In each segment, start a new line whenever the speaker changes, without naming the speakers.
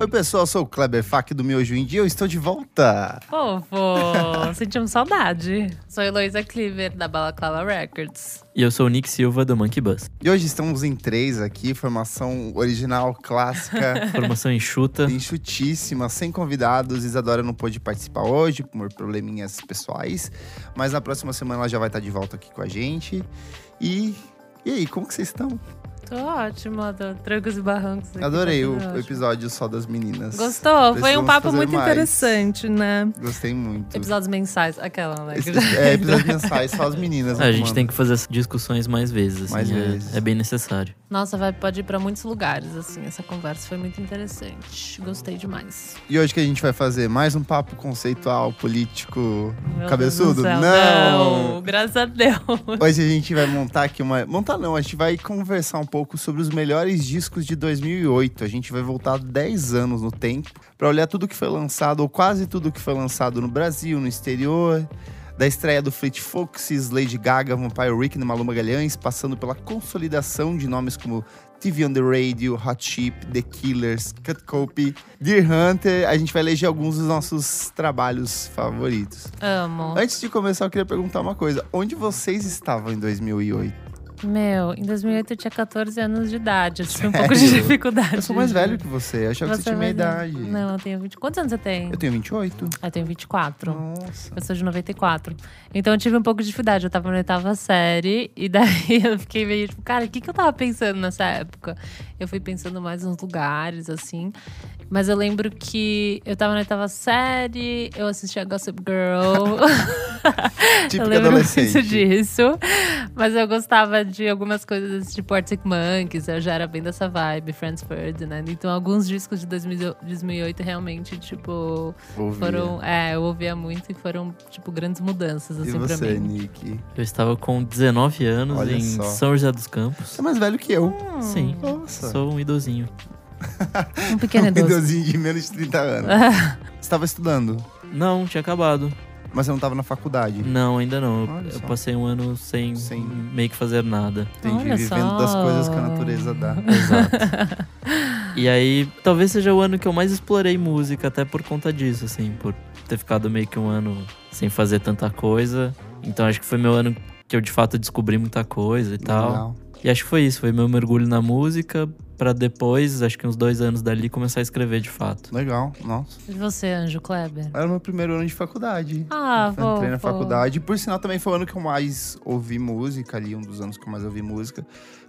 Oi, pessoal, eu sou o Kleber Fak do Miojo em Dia, eu estou de volta.
Fofo, sentimos saudade. Sou Heloísa Cleaver, da Balaclava Records.
E eu sou o Nick Silva do Monkey Bus.
E hoje estamos em três aqui, formação original, clássica,
Formação enxuta.
enxutíssima, sem convidados. Isadora não pôde participar hoje por probleminhas pessoais, mas na próxima semana ela já vai estar de volta aqui com a gente. E, e aí, como que vocês estão?
Tô ótima, tô trancos e barrancos. aqui,
Adorei
tá
o
tudo ótimo.
episódio só das meninas.
Gostou? Foi um
Precisamos
papo
fazer
muito
mais.
interessante, né?
Gostei muito.
Episódios mensais, aquela, né? que
Esse-
já-
É, episódios mensais, só as meninas.
Ah, a gente
mano.
tem que fazer essas discussões mais vezes. Assim,
Mais
é,
vezes.
é bem necessário.
Nossa, vai, pode ir pra muitos lugares, assim. Essa conversa foi muito interessante. Gostei demais.
E hoje que a gente vai fazer mais um papo conceitual, político,
Meu Deus
cabeçudo?
do céu,
Não!
não! Graças a Deus!
Hoje a gente vai montar aqui uma. Montar não, a gente vai conversar um pouco sobre os melhores discos de 2008. A gente vai voltar 10 anos no tempo pra olhar tudo que foi lançado, ou quase tudo que foi lançado no Brasil, no exterior. Da estreia do Fleet Foxes, Lady Gaga, Vampire Weekend, Malu Magalhães, passando pela consolidação de nomes como TV on the Radio, Hot Chip, The Killers, Cut Copy, Deer Hunter. A gente vai eleger alguns dos nossos trabalhos favoritos.
Amo.
Antes de começar, eu queria perguntar uma coisa. Onde vocês estavam em 2008?
Meu, em 2008 eu tinha 14 anos de idade. Eu tive um pouco de
Sério?
dificuldade.
Eu sou mais velho que você. Eu achava que você tinha
é
minha
mais
idade.
velho. Não, eu tenho 20. Quantos anos você tem?
Eu tenho 28.
Ah, Eu tenho 24.
Nossa.
Eu sou de 94. Então eu tive um pouco de dificuldade. Eu tava na oitava série. E daí eu fiquei meio tipo, cara, o que, que eu tava pensando nessa época? Eu fui pensando mais nos lugares, assim. Mas eu lembro que eu tava na oitava série, eu assistia Gossip Girl.
Típica
eu lembro
adolescente.
muito disso. Mas eu gostava de algumas coisas tipo Arctic Monkeys. Eu já era bem dessa vibe, Franz Ferdinand. Então alguns discos de 2008 realmente, tipo…
Ouvia.
Foram, é, eu ouvia muito e foram, tipo, grandes mudanças,
E
assim, pra
você,
mim.
Nick?
Eu estava com 19 anos
Olha
em
só.
São José dos Campos.
Você é mais velho que eu.
Sim.
Nossa.
Sou um idosinho.
Um pequeno
um
idoso.
idosinho de menos de 30 anos. Você estava estudando,
Não, tinha acabado.
mas você não estava na faculdade.
Não, ainda não. Eu-
Olha
Eu,
só.
passei um ano sem,
Sem-
meio que fazer nada.
Entendi,
Olha
vivendo
só.
das coisas que a natureza dá.
Exato. e aí, talvez seja o ano que eu mais explorei música, até por conta disso, assim, por ter ficado meio que um ano sem fazer tanta coisa. Então acho que foi meu ano que eu de fato descobri muita coisa e tal.
Legal.
E acho que foi isso, foi meu mergulho na música, pra depois, acho que uns dois anos dali, começar a escrever de fato.
Legal, nossa.
E você, Anjo Kleber?
Era o meu primeiro ano de faculdade.
Ah,
Eu entrei na
fofo.
faculdade. Por sinal, também foi o ano que eu mais ouvi música ali, um dos anos que eu mais ouvi música.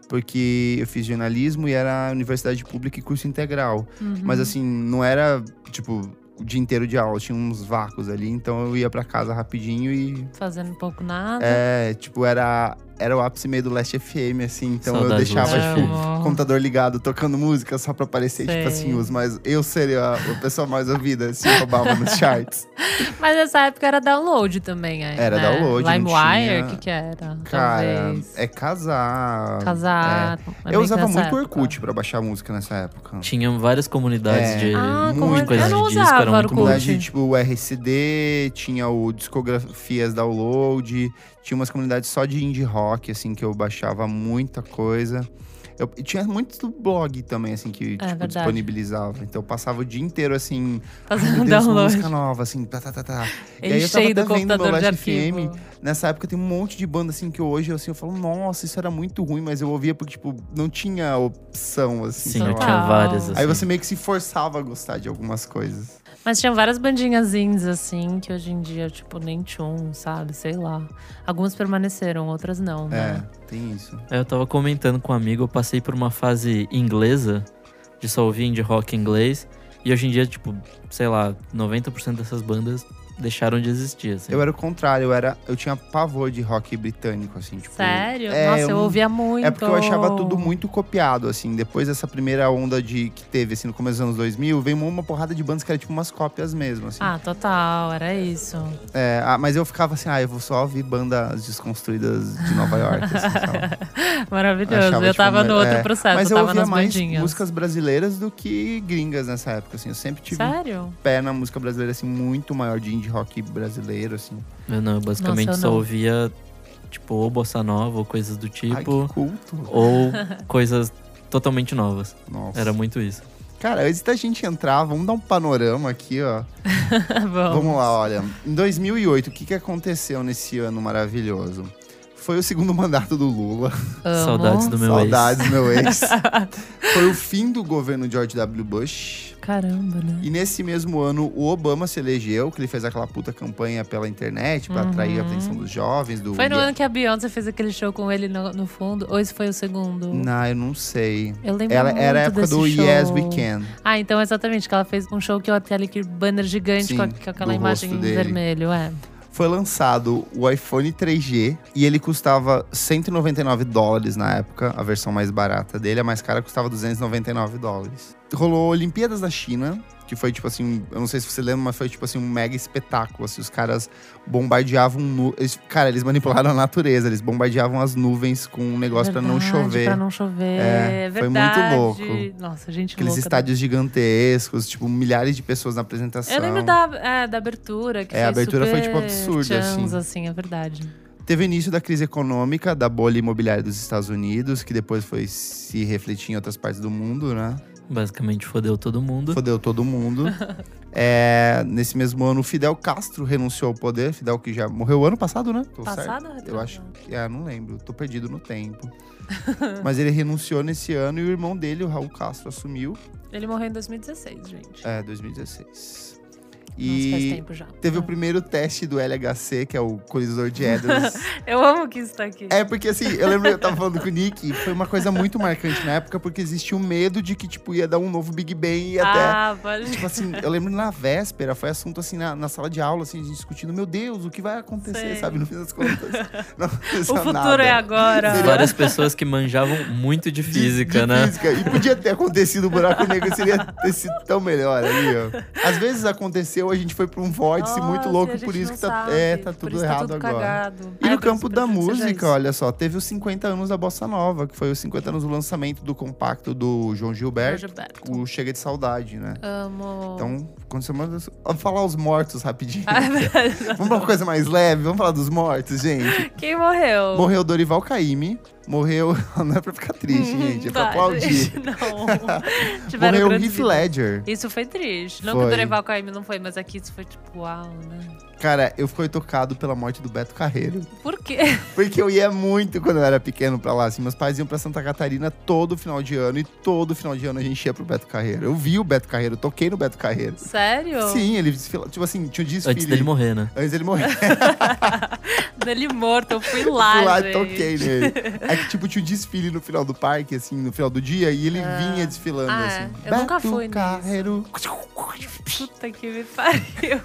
Porque eu fiz jornalismo e era universidade pública e curso integral.
Uhum.
Mas assim, não era, tipo, o dia inteiro de aula, tinha uns vácuos ali, então eu ia pra casa rapidinho e.
Fazendo um pouco nada.
É, tipo, era, era o ápice meio do Last FM, assim, então eu
Saudades do
deixava,
Last
tipo,
FM.
o computador ligado, tocando música só pra aparecer,
Sei.
tipo assim, os mais. Eu seria a pessoa mais ouvida se roubava nos charts.
Mas essa época era download também, aí,
Era
né?
download, não tinha-
LimeWire, o que que era?
Cara,
Talvez.
é casar.
Casar. é
eu
bem
usava
nessa
muito o
época.
Orkut pra baixar música nessa época.
Tinham várias comunidades
É.
de,
Ah,
de
como eu-
coisas
eu
não
de disco,
usava
era muito bom.
Orkut.
Comunidade tipo o RCD, tinha o Discografias Download, tinha umas comunidades só de indie rock, assim, que eu baixava muita coisa. Eu, e tinha muito blog também, assim, que tipo,
É verdade.
disponibilizava. Então eu passava o dia inteiro, assim, "Ai,
Fazendo
meu Deus, uma música
download.
nova, assim, tá, tá, tá, tá. E aí eu tava até
Enchei do
vendo meu
computador de
Last FM,
arquivo.
Nessa época tem um monte de banda assim que hoje assim, eu falo, nossa, isso era muito ruim, mas eu ouvia porque, tipo, não tinha opção, assim.
Sim,
sei
eu
lá.
tinha
Total.
várias. Assim.
Aí você meio que se forçava a gostar de algumas coisas.
Mas tinha várias bandinhas indies, assim, que hoje em dia, tipo, nem tchum, sabe? Sei lá. Algumas permaneceram, outras não,
É,
né?
tem isso.
Aí Eu tava comentando com um amigo, eu passei por uma fase inglesa, de só ouvir indie rock inglês, e hoje em dia, tipo, sei lá, 90% dessas bandas deixaram de existir, assim.
Eu era o contrário, eu era. Eu tinha pavor de rock britânico, assim, tipo.
Sério?
é,
Nossa, eu,
eu não-
ouvia muito.
É porque eu achava tudo muito copiado, assim. Depois dessa primeira onda de que teve, assim, no começo dos anos 2000, veio uma porrada de bandas que era tipo umas cópias mesmo, assim.
Ah, total, era isso.
É, ah, mas eu ficava assim, ah, eu vou só ouvir bandas desconstruídas de Nova York, assim, sabe?
Maravilhoso.
Achava,
eu
tipo,
tava no
melhor.
outro
É,
processo,
Mas eu
tava
ouvia
nas
mais
bandinhas.
músicas brasileiras do que gringas nessa época, assim. Eu sempre tive
Sério? incrível.
pé na música brasileira, assim, muito maior de indie rock brasileiro, assim.
Eu não, eu basicamente
Nossa, eu
só
não.
ouvia, tipo, ou bossa nova, ou coisas do
Ai,
tipo,
que culto.
ou coisas totalmente novas.
Nossa.
Era muito isso.
Cara, antes da gente entrar, vamos dar um panorama aqui, ó.
Vamos.
Vamos lá, olha. Em 2008, o que, que aconteceu nesse ano maravilhoso? Foi o segundo mandato do Lula.
Amo.
Saudades do meu
Saudades, meu ex. Foi o fim do governo George W. Bush.
Caramba, né?
E nesse mesmo ano, o Obama se elegeu, que ele fez aquela puta campanha pela internet pra atrair a atenção dos jovens. Do...
Uhum. Foi no ano que a Beyoncé fez aquele show com ele no, no fundo? Ou esse foi o segundo?
Não, eu não sei.
Eu lembro
Ela,
muito
era a época
desse
do
show.
Yes We Can.
Ah, então exatamente, que ela fez um show que eu até ali que banner gigante
Sim,
com, a- com aquela
do
imagem
rosto
em
dele.
vermelho, é.
Foi lançado o iPhone 3G e ele custava 199 dólares na época, a versão mais barata dele, a mais cara custava 299 dólares. Rolou Olimpíadas da China, que foi tipo assim, eu não sei se você lembra, mas foi tipo assim um mega espetáculo, assim, os caras bombardeavam, nu eles, cara, eles manipularam a natureza, eles bombardeavam as nuvens com um negócio pra não
Verdade,
chover.
Pra não chover.
É,
É,
foi muito
verdade.
louco.
Nossa, gente
Aqueles
louca. né?
estádios gigantescos, tipo milhares de pessoas na apresentação.
Eu lembro da, é, da abertura, que
É, a
foi
abertura foi,
super
tipo, absurda, assim.
chans, é verdade.
Teve o início da crise econômica, da bolha imobiliária dos Estados Unidos, que depois foi se refletir em outras partes do mundo, né?
Basicamente fodeu todo mundo.
Fodeu todo mundo. É, nesse mesmo ano, o Fidel Castro renunciou ao poder. Fidel que já morreu ano passado, né? Tô certo?
Passado? ou
Eu
retrasado?
acho. Ah, não lembro. Tô perdido no tempo. Mas ele renunciou nesse ano e o irmão dele, o Raul Castro, assumiu.
Ele morreu em 2016, gente.
É, 2016.
Nossa, faz
E
tempo já.
teve o
É.
primeiro teste do LHC, que é o colisor de Edwards.
Eu amo que isso tá aqui.
É, porque assim, eu lembro que eu tava falando com o Nick, foi uma coisa muito marcante na época, porque existia o medo de que, tipo, ia dar um novo Big Bang e até.
Ah, pode
Tipo assim, eu lembro na véspera, foi assunto assim na, na sala de aula, assim, a gente discutindo, meu Deus, o que vai acontecer,
Sei.
sabe? No fim das contas. Não
O futuro
nada.
é agora.
Várias pessoas que manjavam muito de física,
de
né?
Física. E podia ter acontecido o buraco negro, seria ter sido tão melhor ali, ó. Às vezes aconteceu, a gente foi pra um vórtice muito
Nossa,
louco,
a gente
por isso
não
que tá,
sabe,
é, tá
por
tudo
isso
errado
tudo
agora.
cagado.
E
Ah, eu
no
prefiro-
campo da
prefiro que seja
música,
isso.
olha só, teve os 50 anos da Bossa Nova, que foi os 50 anos do lançamento do compacto do João Gilberto,
Gilberto.
o Chega de Saudade, né?
Amo.
Então, aconteceu uma das... Vamos falar os mortos rapidinho.
Ah, é verdade.
vamos pra uma coisa mais leve, vamos falar dos mortos, gente.
Quem morreu?
Morreu Dorival Caymmi, morreu... Não é pra ficar triste, gente, é pra
Hum, Vai,
aplaudir.
gente, Não. Tiveram
Morreu
grandes
Heath
vidas.
Ledger.
Isso foi triste. Não
Foi.
que o Dorival Caymmi não foi, mas aqui isso foi tipo, uau, né?
Cara, eu fiquei tocado pela morte do Beto Carreiro.
Por quê?
Porque eu ia muito quando eu era pequeno pra lá, assim. Meus pais iam pra Santa Catarina todo final de ano e todo final de ano a gente ia pro Beto Carreiro. Eu vi o Beto Carreiro, eu toquei no Beto Carreiro.
Sério?
Sim, ele desfila, tipo assim, tinha um desfile.
Antes dele morrer, né?
Antes dele morrer,
Dele morto, eu fui
eu
lá.
fui lá e
gente.
toquei nele. É que, tipo, tinha um desfile no final do parque, assim, no final do dia, e ele vinha desfilando,
Ah,
assim.
eu nunca fui nisso.
Carreiro.
Puta que me pariu.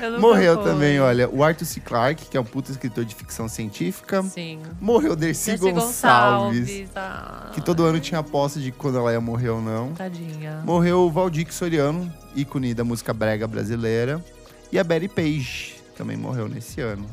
Eu nunca
Morreu
fui.
também, olha, o Arthur C. Clarke, que é um puta escritor de ficção científica.
Sim.
Morreu Dercy,
Dercy
Gonçalves,
ah,
que todo ano tinha a posse de quando ela ia morrer ou não.
Tadinha.
Morreu o Valdir Soriano, ícone da música brega brasileira. E a Betty Page também morreu nesse ano.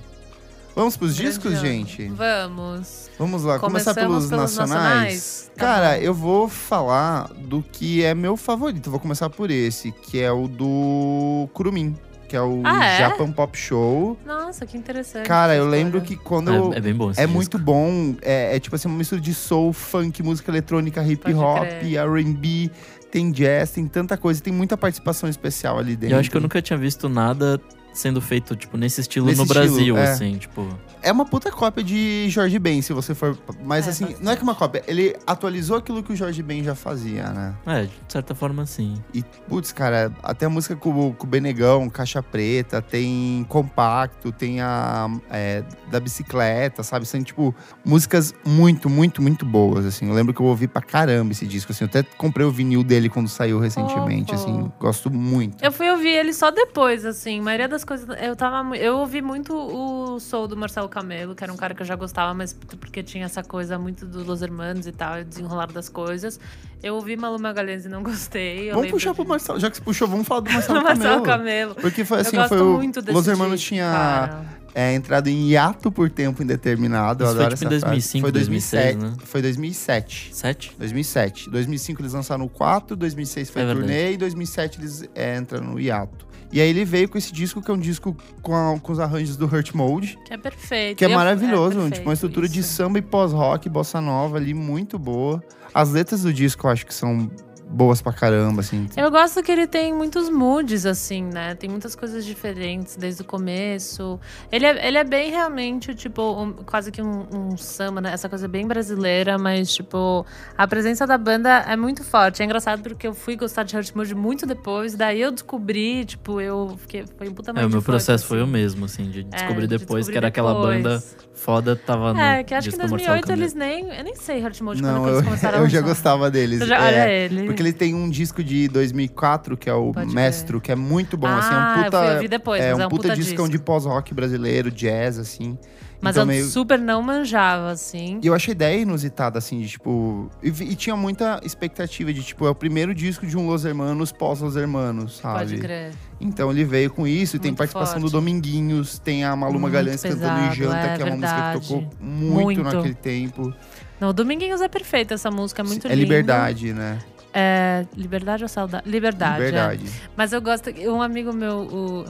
Vamos pros
Grande
discos,
ano.
gente?
Vamos.
Vamos lá, começar
Começamos
pelos,
pelos
nacionais.
nacionais? Tá
Cara, eu vou falar do que é meu favorito. Eu Vou começar por esse, que é o do Kurumin, que é o
Ah, é?
Japan Pop Show.
Nossa, que interessante.
Cara,
essa
eu lembro
história.
que quando eu.
É, é bem bom esse
É
disco.
muito bom. É, é tipo assim, uma mistura de soul, funk, música eletrônica, hip
Pode
hop,
crer.
RB, tem jazz, tem tanta coisa, tem muita participação especial ali
E
dentro.
Eu acho que eu nunca tinha visto nada sendo feito, tipo, nesse estilo
Nesse
no
estilo,
Brasil,
é.
assim, tipo.
É uma puta cópia de Jorge Ben, se você for. Mas
É,
assim,
bastante.
não é que uma cópia, ele atualizou aquilo que o Jorge Ben já fazia, né?
É, de certa forma, sim.
E, putz, cara, até a música com, o- com o Benegão, Caixa Preta, tem Compacto, tem a é, da Bicicleta, sabe? São, tipo, músicas muito, muito, muito boas, assim. Eu lembro que eu ouvi pra caramba esse disco, assim. Eu até comprei o vinil dele quando saiu recentemente,
Fofo.
assim. Gosto muito.
Eu fui ouvir ele só depois, assim. A maioria das coisas. Eu tava. mu- Eu ouvi muito o soul do Marcelo Camelo, que era um cara que eu já gostava, mas p- porque tinha essa coisa muito dos Los Hermanos e tal, e desenrolar das coisas. Eu ouvi Malu Magalhães e não gostei. eu
vamos
lembro
puxar pro
de-
Marcelo. Já que você puxou, vamos falar do Marcelo
Marcelo
Camelo.
Camelo.
Porque foi assim,
eu gosto
foi o...
muito desse
Los Hermanos
disco,
tinha
cara.
é, entrado em hiato por tempo indeterminado. Eu
Isso foi,
adoro
tipo, em
essa frase.
2005,
Foi 2007.
2006,
Foi 2007.
Sete?
2007. 2005 eles lançaram o 4, 2006 foi
É
a
verdade.
turnê e 2007 eles é, entram no hiato. E aí ele veio com esse disco, que é um disco com, a- com os arranjos do Hurt Mode,
Que é perfeito.
que é
Eu-
maravilhoso,
perfeito,
tipo, uma estrutura de
isso.
samba e pós-rock, bossa nova ali, muito boa. As letras do disco eu acho que são boas pra caramba, assim.
Eu gosto que ele tem muitos moods, assim, né? Tem muitas coisas diferentes desde o começo. Ele é, ele é bem realmente, tipo, um- quase que um, um samba, né? Essa coisa bem brasileira, mas, tipo, a presença da banda é muito forte. É engraçado porque eu fui gostar de Hurt Mode muito depois, daí eu descobri, tipo, eu fiquei. Foi um puta
É, o meu processo foi
eu
o mesmo, assim, de
É,
descobrir depois
descobrir
que era aquela
depois.
banda foda, tava no
É, que acho que em
disco do Marcelo
2008
Candela.
eles nem. Eu nem sei Hurt Mode quando é
Não,
que
eu,
eles começaram a
eu já
lançar.
gostava deles.
Eu já-
é.
Olha ele.
Porque ele tem um disco de 2004, que é o
Pode crer.
Mestro, que é muito bom, assim, é
ah,
um puta...
eu fui ouvir depois,
é,
mas
um puta, discão
disco.
de pós-rock brasileiro, jazz, assim.
Mas
então
eu
meio...
super não manjava, assim.
E eu achei a ideia inusitada, assim, de tipo. E, vi- e tinha muita expectativa de, tipo, é o primeiro disco de um Los Hermanos pós-Los Hermanos, sabe?
Pode crer.
Então ele veio com isso, e tem
Muito
participação do
forte.
Dominguinhos, tem a Maluma
Muito
Galhães cantando
pesado,
em Janta,
é
que é uma
verdade.
música que tocou muito,
Muito.
naquele tempo.
Não, Dominguinhos é perfeita essa música, é muito
é
linda.
liberdade, né?
É, liberdade ou saudade? Liberdade. é.
liberdade.
Mas eu gosto. Um amigo meu, o-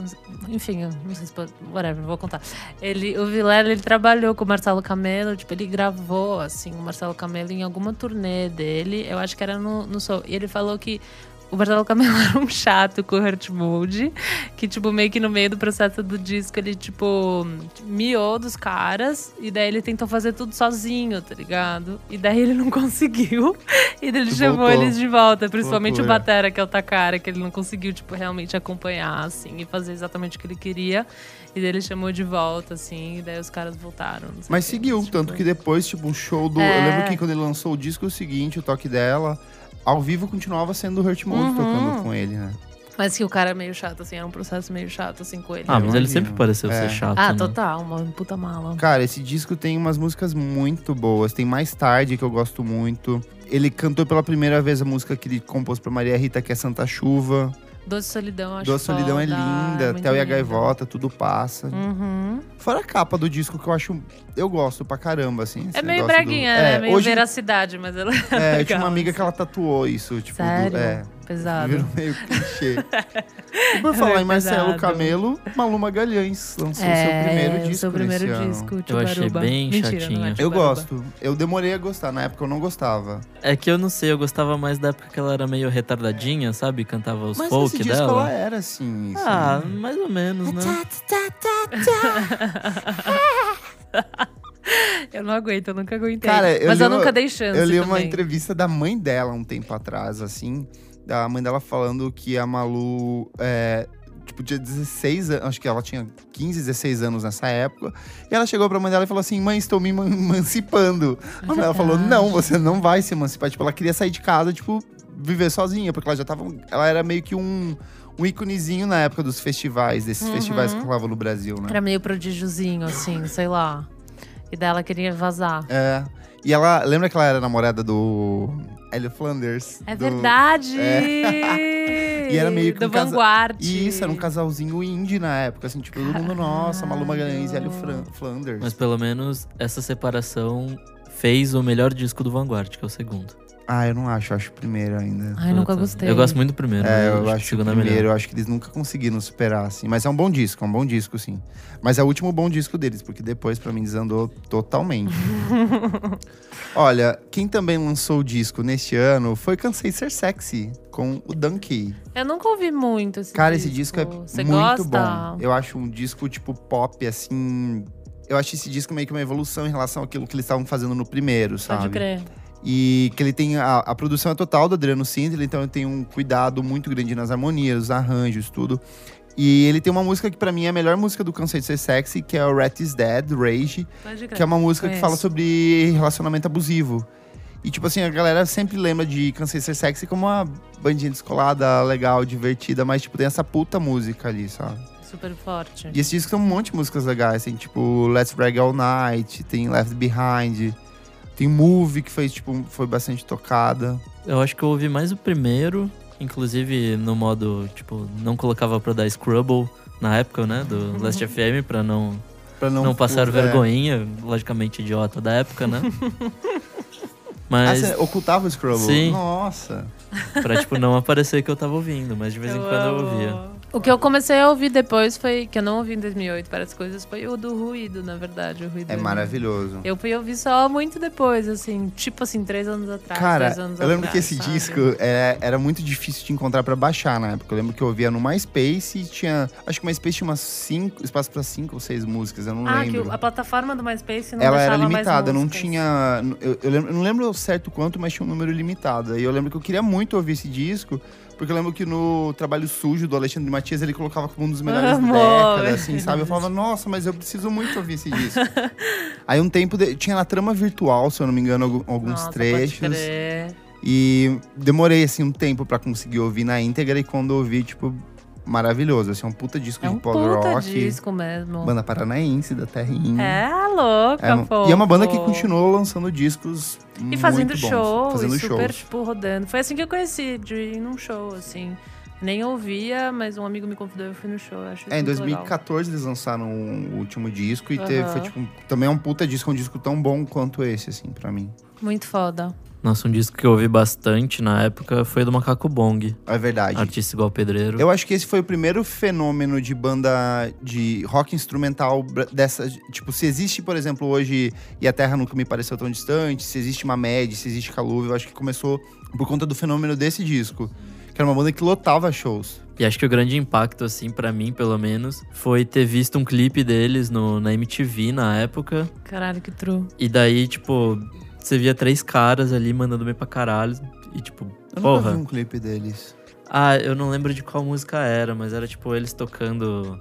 enfim, eu não sei se pode. Whatever, não vou contar. Ele, o Vilela, ele trabalhou com o Marcelo Camelo, tipo, ele gravou, assim, o Marcelo Camelo em alguma turnê dele. Eu acho que era no, no Soul. E ele falou que. O Marcelo Camelo era um chato com o Hurt Mode, que, tipo, meio que no meio do processo do disco, ele, tipo, miou dos caras, e daí ele tentou fazer tudo sozinho, tá ligado? E daí ele não conseguiu, e daí ele
E
chamou
voltou.
eles de volta, principalmente o
Loucura.
Bat batera, que é o Takara, que ele não conseguiu, tipo, realmente acompanhar, assim, e fazer exatamente o que ele queria. E daí ele chamou de volta, assim, e daí os caras voltaram. não sei
Mas
o quê,
seguiu,
tipo,
tanto que depois, tipo, o show do. Eu
É.
lembro que quando ele lançou o disco seguinte, o toque dela, ao vivo continuava sendo o Hurt Mode
Uhum.
tocando com ele, né?
Mas que o cara é meio chato, assim, era um processo meio chato, assim, com ele.
Ah, mas ele
Imagino.
sempre pareceu
É.
ser chato,
Ah,
né?
total, uma puta mala.
Cara, esse disco tem umas músicas muito boas. Tem Mais Tarde, que eu gosto muito. Ele cantou pela primeira vez a música que ele compôs pra Maria Rita, que é Santa Chuva.
Doce Solidão, eu acho
Doce Solidão é
foda,
linda,
muito
Theo e a
linda.
Gaivota, tudo passa.
Uhum.
Fora a capa do disco, que eu acho. Eu gosto pra caramba, assim.
É
esse negócio
meio
do-
breguinha, né? meio
hoje,
veracidade, mas ela é
é, Eu tinha
legal,
uma amiga
assim.
que ela tatuou isso, tipo, do-
Sério?
é.
pesada.
Virou meio clichê. E por
É
falar em
meio
Marcelo
pesado.
Camelo, Maluma Galhães lançou seu
é,
primeiro
o
disco.
seu primeiro
esse ano.
disco,
Eu achei
Tibaruba.
bem
Mentira, não é
chatinho. Eu
Eu
Tibaruba.
gosto. Eu demorei a gostar. Na época eu não gostava.
É que eu não sei, eu gostava mais da época que ela era meio retardadinha, sabe? Cantava os
Mas
folk
nesse disco ela
dela.
era assim. assim.
Ah, mais ou menos, né?
Eu não aguento, eu nunca aguentei.
Cara, eu
mas
li
eu
uma-
nunca dei chance
eu li uma
também.
entrevista da mãe dela um tempo atrás, assim. Da mãe dela falando que a Malu. É, tipo, tinha 16 anos. Acho que ela tinha 15, 16 anos nessa época. E ela chegou pra mãe dela e falou assim: mãe, estou me eman- emancipando.
É
A mãe dela falou: não, você não vai se emancipar. Tipo, ela queria sair de casa, tipo, viver sozinha, porque ela já tava. Ela era meio que um. Um íconezinho na época dos festivais, desses
Uhum.
festivais que rolavam no Brasil, né?
Era meio prodígiozinho, assim, sei lá. E daí ela queria vazar.
É. E ela. Lembra que ela era namorada do Hélio Flanders?
É
Do-
verdade!
E era meio que
Do
um casa-
Vanguard.
E isso, era um casalzinho indie na época, assim, tipo, todo mundo, nossa,
Caralho.
Maluma Galhães e Hélio Fran- Flanders.
Mas pelo menos essa separação fez o melhor disco do Vanguard, que é o segundo.
Ah, eu não acho, eu acho o primeiro ainda.
Ai, nunca gostei.
Eu gosto muito do primeiro.
É,
mas
eu
o
acho o
segundo é
primeiro,
melhor.
eu acho que eles nunca conseguiram superar, assim. Mas é um bom disco, é um bom disco, sim. Mas é o último bom disco deles, porque depois, pra mim, desandou totalmente. Olha, quem também lançou o disco neste ano foi Cansei Ser Sexy, com o Dunkey.
Eu nunca ouvi muito esse
Cara, esse
disco.
disco é
Você
muito
gosta?
bom. Eu acho um disco, tipo, pop, assim. Eu acho esse disco meio que uma evolução em relação àquilo que eles estavam fazendo no primeiro, sabe?
Pode crer.
E que ele tem. A, a produção é total do Adriano Sintra, então ele tem um cuidado muito grande nas harmonias, os arranjos, tudo. E ele tem uma música que, pra mim, é a melhor música do Cansei de Ser Sexy, que é o Rat is Dead, Rage
Pode crer.
que é uma música que
Conheço.
fala sobre relacionamento abusivo. E, tipo assim, a galera sempre lembra de Cansei de Ser Sexy como uma bandinha descolada, legal, divertida, mas, tipo, tem essa puta música ali, sabe?
Super forte.
E esse disco tem um monte de músicas legais, tem, tipo, Let's Brag All Night, tem Left Behind, tem Move, que foi, tipo, foi bastante tocada.
Eu acho que eu ouvi mais o primeiro, inclusive no modo, tipo, não colocava pra dar Scrubble na época, né? Do Last FM, pra não
Pra não,
não passaram
é.
vergonhinha, logicamente idiota da época, né?
Ah,
Mas
você ocultava o Scrubble?
Sim.
Nossa.
pra, tipo, não aparecer que eu tava ouvindo, mas de vez em quando eu ouvia.
O que eu comecei a ouvir depois foi, que eu não ouvi em 2008 para as coisas, foi o do ruído, na verdade. O ruído
É maravilhoso.
Eu fui ouvir só muito depois, assim, tipo assim, três anos atrás.
Cara,
dois anos
eu lembro
atrás,
que esse
sabe?
disco é, era muito difícil de encontrar pra baixar na época. Eu lembro que eu ouvia no MySpace e tinha. Acho que o MySpace tinha umas cinco, espaço pra cinco ou seis músicas, eu não
Ah, que
lembro.
o- a plataforma do MySpace não
Ela era
deixava mais
limitada, não
músicas.
tinha. Eu, eu lembro- eu não lembro certo quanto, mas tinha um número limitado. E eu lembro que eu queria muito ouvir esse disco, porque eu lembro que no Trabalho Sujo do Alexandre Matias ele colocava como um dos melhores
Amo,
da década,
velho.
assim, sabe? Eu falava, nossa, mas eu preciso muito ouvir esse disco. Aí um tempo de- tinha na trama virtual, se eu não me engano, algum- alguns
Nossa, pode
trechos.
crer.
E demorei, assim, um tempo pra conseguir ouvir na íntegra. E quando eu ouvi, tipo, maravilhoso. Assim, um puta disco
É um
de pop
puta
rock.
disco mesmo.
Banda paranaense, da terrinha.
É, louca,
É,
pô.
e é uma banda que continuou lançando discos
E fazendo
muito bons,
show,
fazendo
e super,
shows.
tipo, rodando. Foi assim que eu conheci, de ir num show, assim. Nem ouvia, mas um amigo me convidou e eu fui no show. Eu achei
É, em
muito legal.
2014 eles lançaram o último disco e teve,
Aham.
foi tipo, um- também é um puta disco, um disco tão bom quanto esse, assim, pra mim.
Muito foda.
Nossa, um disco que eu ouvi bastante na época foi do Macaco Bong,
É verdade.
Artista Igual Pedreiro.
Eu acho que esse foi o primeiro fenômeno de banda de rock instrumental bra- dessa. Tipo, se existe, por exemplo, hoje E a Terra Nunca Me Pareceu Tão Distante, se existe Mamed, se existe Caluve, eu acho que começou por conta do fenômeno desse disco. Que era uma banda que lotava shows.
E acho que o grande impacto, assim, pra mim, pelo menos, foi ter visto um clipe deles no, na MTV na época.
Caralho, que true.
E daí, tipo, você via três caras ali mandando bem pra caralho. E tipo,
Eu nunca
porra.
vi um clipe deles.
Ah, eu não lembro de qual música era, mas era tipo eles tocando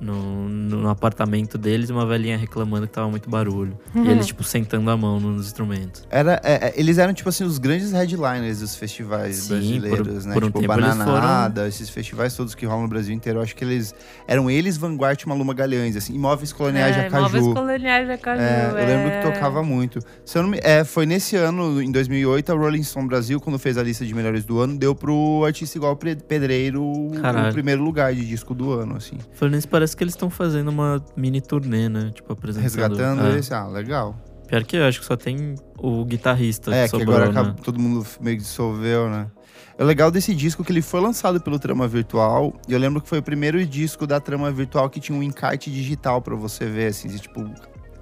no, no apartamento deles e uma velhinha reclamando que tava muito barulho.
Uhum.
E eles, tipo, sentando a mão nos instrumentos.
Era, é, é, eles eram, tipo assim, os grandes headliners dos festivais
Sim,
brasileiros,
por-
né?
por um
tipo,
tempo eles
Bananada, esses festivais todos que rolam no Brasil inteiro. Eu acho que eles. Eram eles, Vanguard e Maluma Galhães, assim, imóveis coloniais
é,
Jacaju.
Móveis Coloniais Jacaju.
É, eu lembro
é.
que tocava muito. Se eu não me- é, foi nesse ano, em 2008, a Rolling Stone Brasil, quando fez a lista de melhores do ano, deu pro artista igual Pre- Pedreiro o-
Caralho.
o primeiro lugar de disco do ano, assim.
Falando nisso, parece que eles estão fazendo uma mini turnê, né? Tipo, apresentando.
Resgatando
é.
esse, ah, legal.
Pior que eu acho que só tem o guitarrista
é,
que
que
sobrou,
agora
né?
acabou- todo mundo meio que dissolveu, né? O legal desse disco é que ele foi lançado pelo Trama Virtual, e eu lembro que foi o primeiro disco da Trama Virtual que tinha um encarte digital pra você ver, assim, você, tipo,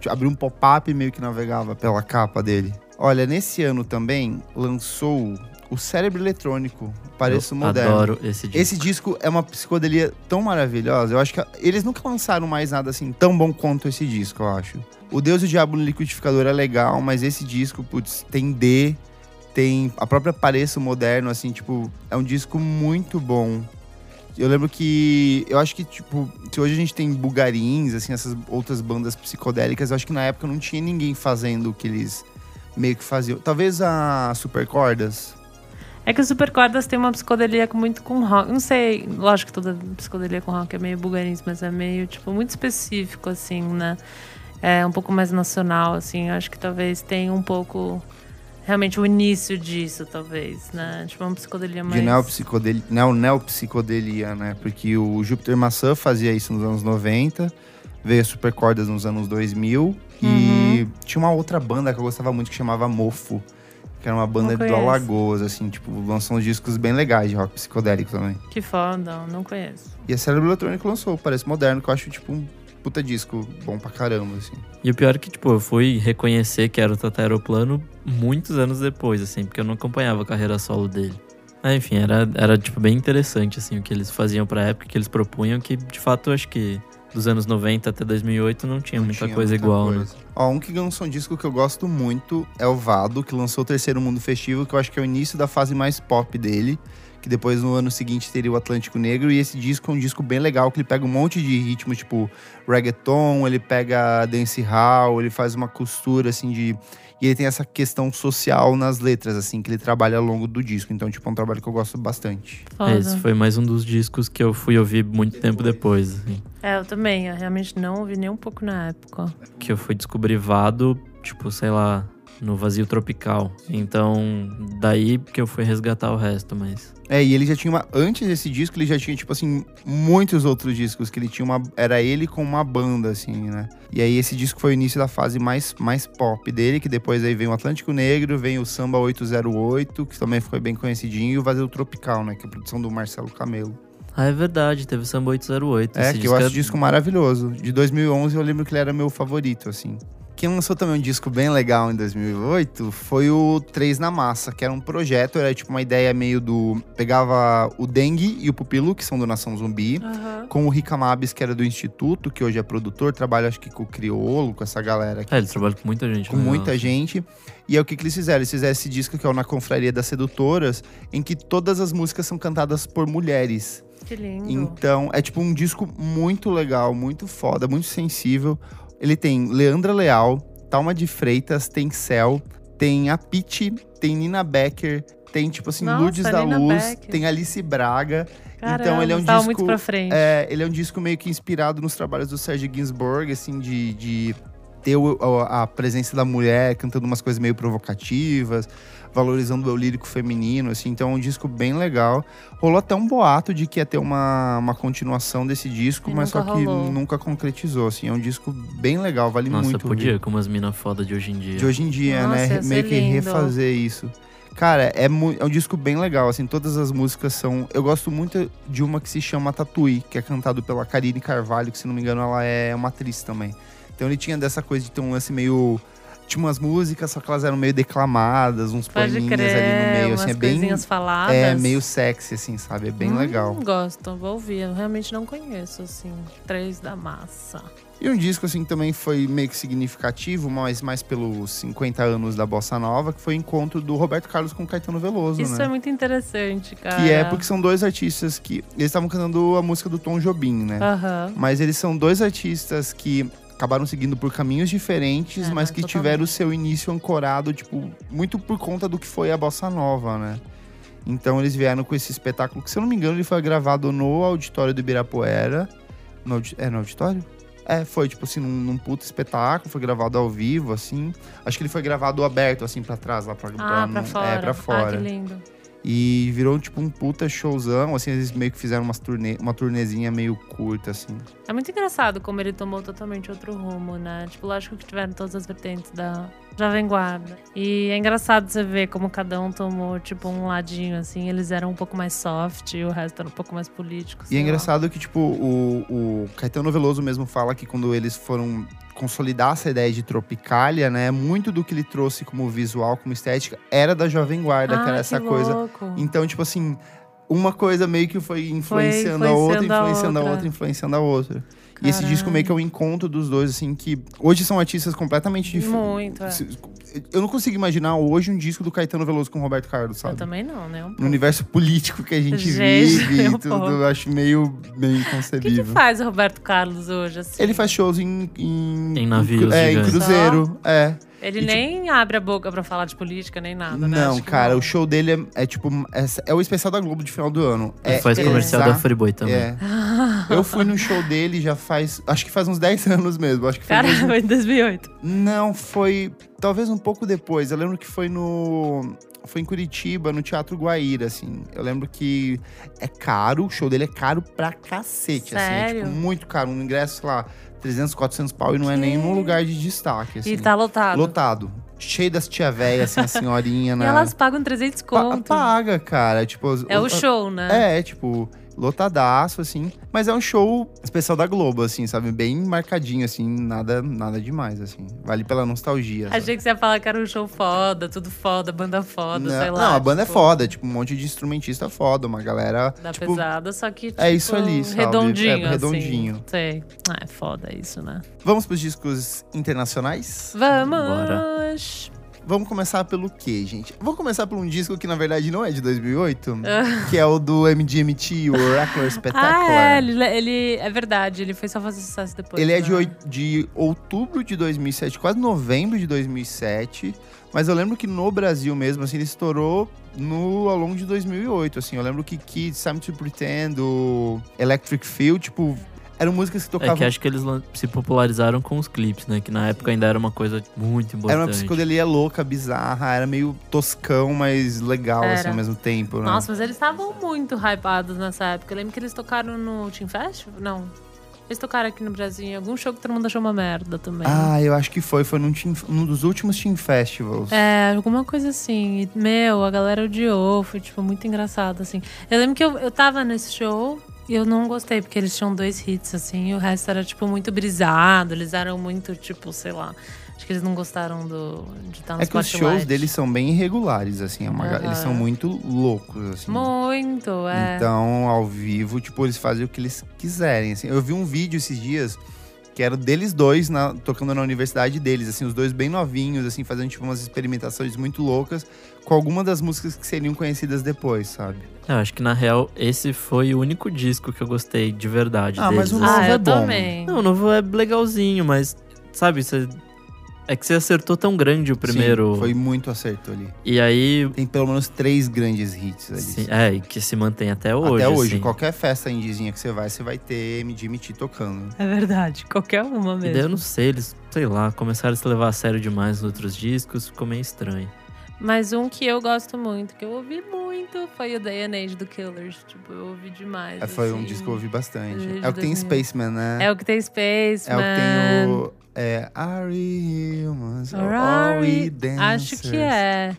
abriu um pop-up e meio que navegava pela capa dele. Olha, nesse ano também lançou o Cérebro Eletrônico, Pareço
eu
Moderno.
Adoro esse disco.
Esse disco é uma psicodelia tão maravilhosa. Eu acho que eles nunca lançaram mais nada assim tão bom quanto esse disco, eu acho. O Deus e o Diabo no Liquidificador é legal, mas esse disco, putz, tem D, tem a própria Pareço Moderno, assim, tipo, é um disco muito bom. Eu lembro que. Eu acho que, tipo, se hoje a gente tem bugarins, assim, essas outras bandas psicodélicas, eu acho que na época não tinha ninguém fazendo o que eles meio que faziam. Talvez a Super Cordas.
É que o Supercordas tem uma psicodelia com- muito com rock. Não sei, lógico que toda psicodelia com rock é meio bulgarismo, mas é meio, tipo, muito específico, assim, né? É um pouco mais nacional, assim. Eu acho que talvez tenha um pouco. Realmente o início disso, talvez, né? Tipo, uma psicodelia mais.
De neopsicodel... neo- neopsicodelia, né? Porque o Júpiter Maçã fazia isso nos anos 90, veio a Supercordas nos anos 2000.
Uhum.
E tinha uma outra banda que eu gostava muito que chamava Mofo, que era uma banda do
Não conheço.
Alagoas, assim, tipo, lançou uns discos bem legais de rock psicodélico também.
Que foda, não conheço.
E a Cérebro Eletrônico lançou, parece moderno, que eu acho, tipo, um puta disco bom pra caramba, assim.
E o pior é que, tipo, eu fui reconhecer que era o Tata Aeroplano muitos anos depois, assim, porque eu não acompanhava a carreira solo dele. Ah, enfim, era, era, tipo, bem interessante, assim, o que eles faziam pra época, o que eles propunham, que, de fato, eu acho que dos anos 90 até 2008 não tinha
Não
muita
tinha
coisa
muita
igual, né?
coisa. Ó, um que lançou um disco que eu gosto muito é o Vado, que lançou o Terceiro Mundo Festivo, que eu acho que é o início da fase mais pop dele. Que depois, no ano seguinte, teria o Atlântico Negro. E esse disco é um disco bem legal, que ele pega um monte de ritmos, tipo reggaeton, ele pega dancehall, ele faz uma costura, assim, de... E ele tem essa questão social nas letras, assim, que ele trabalha ao longo do disco. Então, tipo, é um trabalho que eu gosto bastante.
Foda.
Esse foi mais um dos discos que eu fui ouvir muito tempo depois, assim,
É, eu também. Eu realmente não ouvi nem um pouco na época.
que eu fui descobrir Vado, tipo, sei lá, no Vazio Tropical. Então, daí que eu fui resgatar o resto, mas.
É, e ele já tinha uma. Antes desse disco, ele já tinha, tipo assim, muitos outros discos que ele tinha uma. Era ele com uma banda, assim, né? E aí esse disco foi o início da fase mais, mais pop dele, que depois aí vem o Atlântico Negro, vem o Samba 808, que também foi bem conhecidinho, e o Vazio Tropical, né? Que é a produção do Marcelo Camelo.
Ah, é verdade, teve o Samba 808.
É,
esse
que eu acho
disco
o disco maravilhoso. De 2011, eu lembro que ele era meu favorito, assim. Quem lançou também um disco bem legal em 2008 foi o Três na Massa, que era um projeto, era tipo uma ideia meio do... Pegava o Dengue e o Pupilo, que são do Nação Zumbi,
Aham.
com o Rica Mabes, que era do Instituto, que hoje é produtor, trabalha acho que com o Criolo, com essa galera aqui.
É, ele trabalha com muita gente.
Com
né?
muita gente. E aí, o que, que eles fizeram? Eles fizeram esse disco que é o Na Confraria das Sedutoras, em que todas as músicas são cantadas por mulheres.
Que lindo.
Então, é tipo um disco muito legal, muito foda, muito sensível. Ele tem Leandra Leal, Talma de Freitas, tem Cell, tem a Pitty, tem Nina Becker, tem tipo assim
Nossa,
Ludes da
Nina
Luz,
Becker.
tem Alice Braga.
Caramba,
ele é um
você tava
disco-
muito pra frente.
É, ele é um disco meio que inspirado nos trabalhos do Serge Gainsbourg, assim, de, de ter o- a, a presença da mulher cantando umas coisas meio provocativas, valorizando o eu lírico feminino, assim. Então é um disco bem legal. Rolou até um boato de que ia ter uma, uma continuação desse disco,
E
mas só
nunca
que
rolou.
nunca concretizou, assim. É um disco bem legal, vale
Nossa,
muito. ouvir.
podia, com umas minas foda de hoje em dia.
De hoje em dia,
Nossa,
né?
ia ser
Meio que
lindo.
refazer isso. Cara, é, mu- é um disco bem legal, assim, todas as músicas são... Eu gosto muito de uma que se chama Tatuí, que é cantado pela Karine Carvalho, que se não me engano ela é uma atriz também. Então ele tinha dessa coisa de ter um lance meio... Tinha umas músicas, só que elas eram meio declamadas, uns
Pode
poeminhas
crer,
ali no meio,
umas
assim, é bem...
coisinhas faladas.
É, meio sexy, assim, sabe? É bem
Hum,
legal.
Gosto, vou ouvir. Eu realmente não conheço, assim, Três da Massa.
E um disco, assim, que também foi meio que significativo, mas mais pelos 50 anos da Bossa Nova, que foi o encontro do Roberto Carlos com o Caetano Veloso,
Isso
né?
é muito interessante, cara.
Que é porque são dois artistas que. Eles estavam cantando a música do Tom Jobim, né?
Aham.
Mas eles são dois artistas que acabaram seguindo por caminhos diferentes,
É,
mas
não,
que
totalmente.
tiveram o seu início ancorado, tipo, muito por conta do que foi a bossa nova, né? Então eles vieram com esse espetáculo que, se eu não me engano, ele foi gravado no auditório do Ibirapuera. No audi- é no auditório? É, foi tipo assim, num, num puto espetáculo, foi gravado ao vivo, assim. Acho que ele foi gravado aberto, assim, pra trás, lá pra,
Ah, pra
não-
fora.
É, pra
Ah, que
fora.
lindo.
E virou, tipo, um puta showzão, assim, eles meio que fizeram umas turnê, uma turnezinha meio curta, assim.
É muito engraçado como ele tomou totalmente outro rumo, né? Tipo, lógico que tiveram todas as vertentes da Jovem Guarda. E é engraçado você ver como cada um tomou, tipo, um ladinho, assim. Eles eram um pouco mais soft e o resto era um pouco mais político.
E
sei
é
lá.
engraçado que, tipo, o, o Caetano Veloso mesmo fala que quando eles foram consolidar essa ideia de Tropicália, né, muito do que ele trouxe como visual, como estética, era da Jovem Guarda, que
Ah,
era essa
que
coisa.
louco.
Então, tipo assim, uma coisa meio que foi influenciando, a outra,
influenciando a
influenciando a
outra.
outra, influenciando a outra. E esse disco meio que é um encontro dos dois, assim, que hoje são artistas completamente diferentes.
Muito, é.
Eu não consigo imaginar hoje um disco do Caetano Veloso com o Roberto Carlos,
Eu
sabe?
também não, né? Um
No universo político que a gente
Gente,
vive
um
e tudo,
pouco.
eu acho meio, meio
O que, que
inconcebível.
faz o Roberto Carlos hoje, assim?
Ele faz shows em. Em,
Em navios
É, em
gigantes.
cruzeiro. É.
Ele
e,
nem abre a boca pra falar de política, nem nada, né?
Não,
Acho que
cara,
não.
o show dele é, é tipo. É, é o especial da Globo de final do ano.
Ele
É
faz comercial
exa-
da Freeboy também.
É. Eu fui no show dele já faz. Acho que faz uns 10 anos mesmo. Acho que foi.
Cara,
dois-
foi em 2008.
Não, foi. Talvez um pouco depois. Eu lembro que foi no. Foi em Curitiba, no Teatro Guaíra, assim. Eu lembro que é caro, o show dele é caro pra cacete, assim. É,
Sério?
tipo, muito caro. Um ingresso, sei lá, 300, 400 pau e não é
Que?
nenhum lugar de destaque, assim.
E tá lotado.
lotado. Cheio das tia véia, assim, a senhorinha,
E
né?
elas pagam 300
Pa-
conto.
paga, cara. Tipo, as-
É o
as-
show, né?
é, tipo, lotadaço, assim. Mas é um show especial da Globo, assim, sabe? Bem marcadinho, assim, nada, nada demais, assim. Vale pela nostalgia. sabe?
Achei que você ia falar que era um show foda, tudo foda, banda foda,
não,
sei lá.
não, a banda
tipo,
é foda, tipo, um monte de instrumentista foda, uma galera.
Da
tipo,
pesada, só que tipo,
é isso ali, sabe?
redondinho,
É, redondinho.
Assim, sei. Ah, é foda isso, né?
Vamos pros discos internacionais?
Vamos!
Vamos começar pelo quê, gente? Vamos começar por um disco que, na verdade, não é de 2008, que é o do MGMT, o Oracular Spectacular.
Ah, é, ele, ele- É verdade, ele foi só fazer sucesso depois.
Ele é
né?
de, oi- de outubro de 2007, quase novembro de 2007. Mas eu lembro que no Brasil mesmo, assim, ele estourou no, ao longo de 2008, assim. Eu lembro que Kids, Time to Pretend, o Electric Feel, tipo... Eram músicas que
É
tocavam.
que acho que eles lan- se popularizaram com os clipes, né? Que na época ainda era uma coisa muito importante.
Era uma psicodelia louca, bizarra, era meio toscão, mas legal
Era.
assim ao mesmo tempo, né?
Nossa, mas eles estavam muito hypados nessa época. Eu lembro que eles tocaram no Team Fest? Não. Eles tocaram aqui no Brasil em algum show que todo mundo achou uma merda também.
Ah, eu acho que foi, foi num, teen- num dos últimos Team Festivals.
É, alguma coisa assim. E, meu, a galera odiou, foi, tipo, muito engraçado, assim. Eu lembro que eu, eu tava nesse show e eu não gostei, porque eles tinham dois hits, assim, e o resto era, tipo, muito brisado. Eles eram muito, tipo, sei lá. Acho que eles não gostaram do, de estar no
É que os shows
spotlight.
deles são bem irregulares, assim. é uma ga- Eles são
Aham.
muito loucos, assim.
Muito, é.
Então, ao vivo, tipo, eles fazem o que eles quiserem, assim. Eu vi um vídeo esses dias que era deles dois na- tocando na universidade deles, assim, os dois bem novinhos, assim, fazendo, tipo, umas experimentações muito loucas com alguma das músicas que seriam conhecidas depois, sabe?
Eu acho que na real esse foi o único disco que eu gostei de verdade.
Ah, mas
deles,
o
assim.
novo
ah,
é
eu
bom.
também.
Não, o novo é legalzinho, mas sabe, você. É que você acertou tão grande o primeiro.
Sim, foi muito acerto ali.
E aí.
Tem pelo menos três grandes hits ali. assim.
Sim, é, e que se mantém até hoje.
Até hoje,
assim.
qualquer festa indizinha que você vai, você vai ter MGMT tocando.
É verdade, qualquer uma
E
mesmo.
daí eu não sei, eles, sei lá, começaram a se levar a sério demais nos outros discos, ficou meio estranho.
Mas um que eu gosto muito, que eu ouvi muito, foi o Day and Age do Killers. Tipo, eu ouvi demais.
É, Foi um
assim.
disco que eu ouvi bastante.
desde
É o que tem
2000.
Spaceman, né?
É o que tem Space,
É o que tem o. É, Are we humans? Or are we dancers?
Acho que é.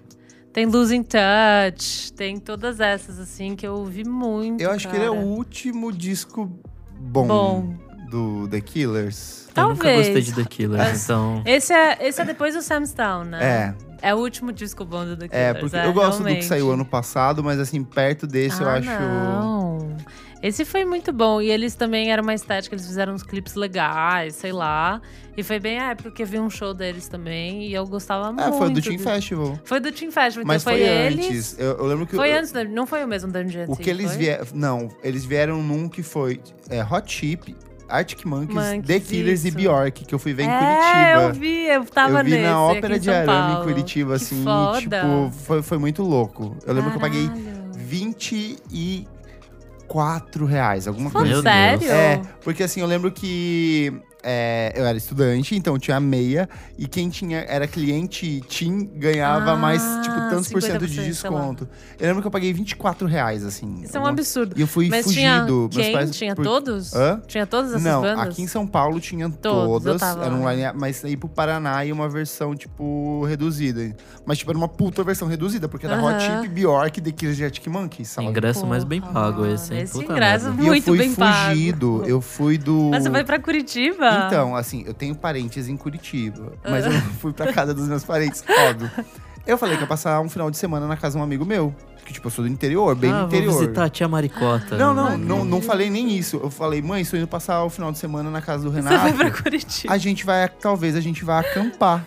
Tem Losing Touch, tem todas essas, assim, que eu ouvi muito.
Eu acho que ele é o
cara.
último disco bom,
Bom.
do The Killers.
Eu nunca
Talvez.
gostei de The Killers, então.
Esse é, esse é depois do Sam's Town, né?
É,
É o último disco bom do The
é,
Killers.
porque eu gosto do que
realmente.
saiu ano passado, mas assim, perto desse eu
Ah,
acho.
Não. Esse foi muito bom. E eles também eram uma estética, eles fizeram uns clipes legais, sei lá. E foi bem a época que eu vi um show deles também. E eu gostava
É,
muito.
foi do Team
Team
Festival.
Foi do Team Festival,
Mas
então
foi,
foi, eles.
antes. Eu, eu lembro que
Foi
eu-
antes, da- não foi o mesmo Dungeon Jet.
o que eles vieram. Não, eles vieram num que foi é, Hot Chip, Arctic Monkeys,
Monkeys,
The Killers
isso.
e Bjork, que eu fui ver em
é,
Curitiba.
eu vi, eu tava
eu vi
nesse,
na
aqui
Ópera
em
de
São
Arame em
Paulo.
Curitiba, assim,
que
e,
foda.
tipo, foi, foi muito louco. Eu lembro que eu paguei
Caralho.
24 reais, alguma
Fala
coisa.
Meu
sério?
Deus.
É, porque assim, eu lembro que é, eu era estudante, então tinha meia, e quem tinha era cliente Tim ganhava
Ah,
mais, tipo, tantos por cento
50%,
de
sei
desconto. Eu lembro que eu paguei 24 reais, assim.
Isso é um
alguma-
absurdo.
E eu fui
Mas tinha
fugido. Meus
quem?
pais-
tinha
por-
todos?
Hã?
Tinha todas essas
Não,
bandas?
aqui em São Paulo tinha
Todos, eu
todas.
tava
Era um
lá.
line mas aí pro Paraná ia uma versão, tipo, reduzida. Mas, tipo, era uma puta versão reduzida, porque era Hot
Aham.
Chip, Bjork, The Killers e Arctic Monkeys, sabe?
Ingresso mais
Porra,
bem pago esse, hein?
esse
Puta
ingresso
merda.
E eu
muito
fui
bem pago.
fugido, eu fui do...
Mas você foi pra Curitiba?
Então, assim, eu tenho parentes em Curitiba, mas eu fui pra casa dos meus parentes, óbvio. Eu falei que ia passar um final de semana na casa de um amigo meu, que, tipo, eu sou do interior, bem
ah,
do interior.
Vou visitar a tia Maricota.
Não, não, não, não falei nem isso. Eu falei, mãe, estou indo passar o final de semana na casa do
Você
Renato.
foi pra Curitiba.
a gente vai, talvez a gente vá acampar.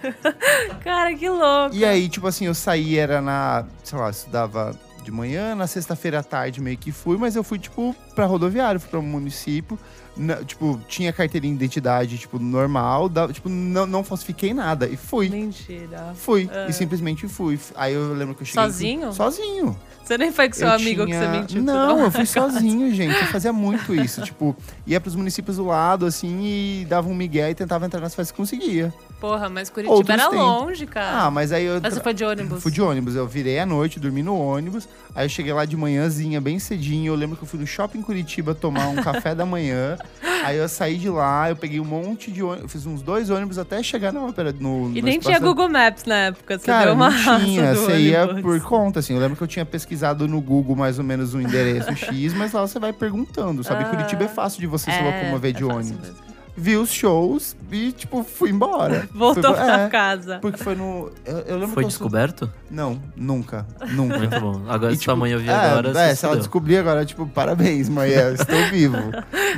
Cara, que louco.
e aí, tipo assim, eu saí, era na, sei lá, eu estudava de manhã, na sexta-feira à tarde meio que fui, mas eu fui, tipo, pra rodoviária, fui pra um município, na- tipo, tinha carteirinha de identidade, tipo, normal, da- tipo, não, não falsifiquei nada, e fui.
Mentira.
Fui, e simplesmente fui. Aí eu lembro que eu cheguei...
Ah. Sozinho?
Sozinho.
Você nem foi com seu
Eu
amigo que você
tinha-
mentiu.
Não,
tudo.
eu fui sozinho, gente. Eu fazia muito isso. tipo, ia pros municípios do lado, assim, e dava um migué e tentava entrar nas festas e conseguia.
Porra, mas Curitiba
Outros
era
têm.
longe, cara.
Ah, mas aí eu.
mas você foi de ônibus.
Fui de ônibus, eu virei à noite, dormi no ônibus. Aí eu cheguei lá de manhãzinha, bem cedinho. Eu lembro que eu fui no shopping Curitiba tomar um café da manhã. Aí eu saí de lá, eu peguei um monte de ônibus, eu fiz uns dois ônibus até chegar na ópera. No,
E
no
nem
espaço
tinha
da-
Google Maps na época. Você
Cara,
deu uma
não tinha,
raça do
você ia
ônibus.
por conta, assim. Eu lembro que eu tinha pesquisado no Google mais ou menos um endereço X, mas lá você vai perguntando, sabe?
Ah.
Curitiba é fácil de você se
É,
locomover de
é fácil
ônibus.
mesmo.
Vi os shows e, tipo, fui embora.
Voltou
Fui-
pra
é,
casa.
Porque foi no. Eu, eu lembro
Foi
que eu sou-
descoberto?
Não, nunca. Nunca.
Muito bom. Agora,
E,
se sua
tipo,
mãe ouvir
é,
agora,
É,
você
se ela
fudeu.
descobrir agora, tipo, parabéns, mãe, eu estou vivo.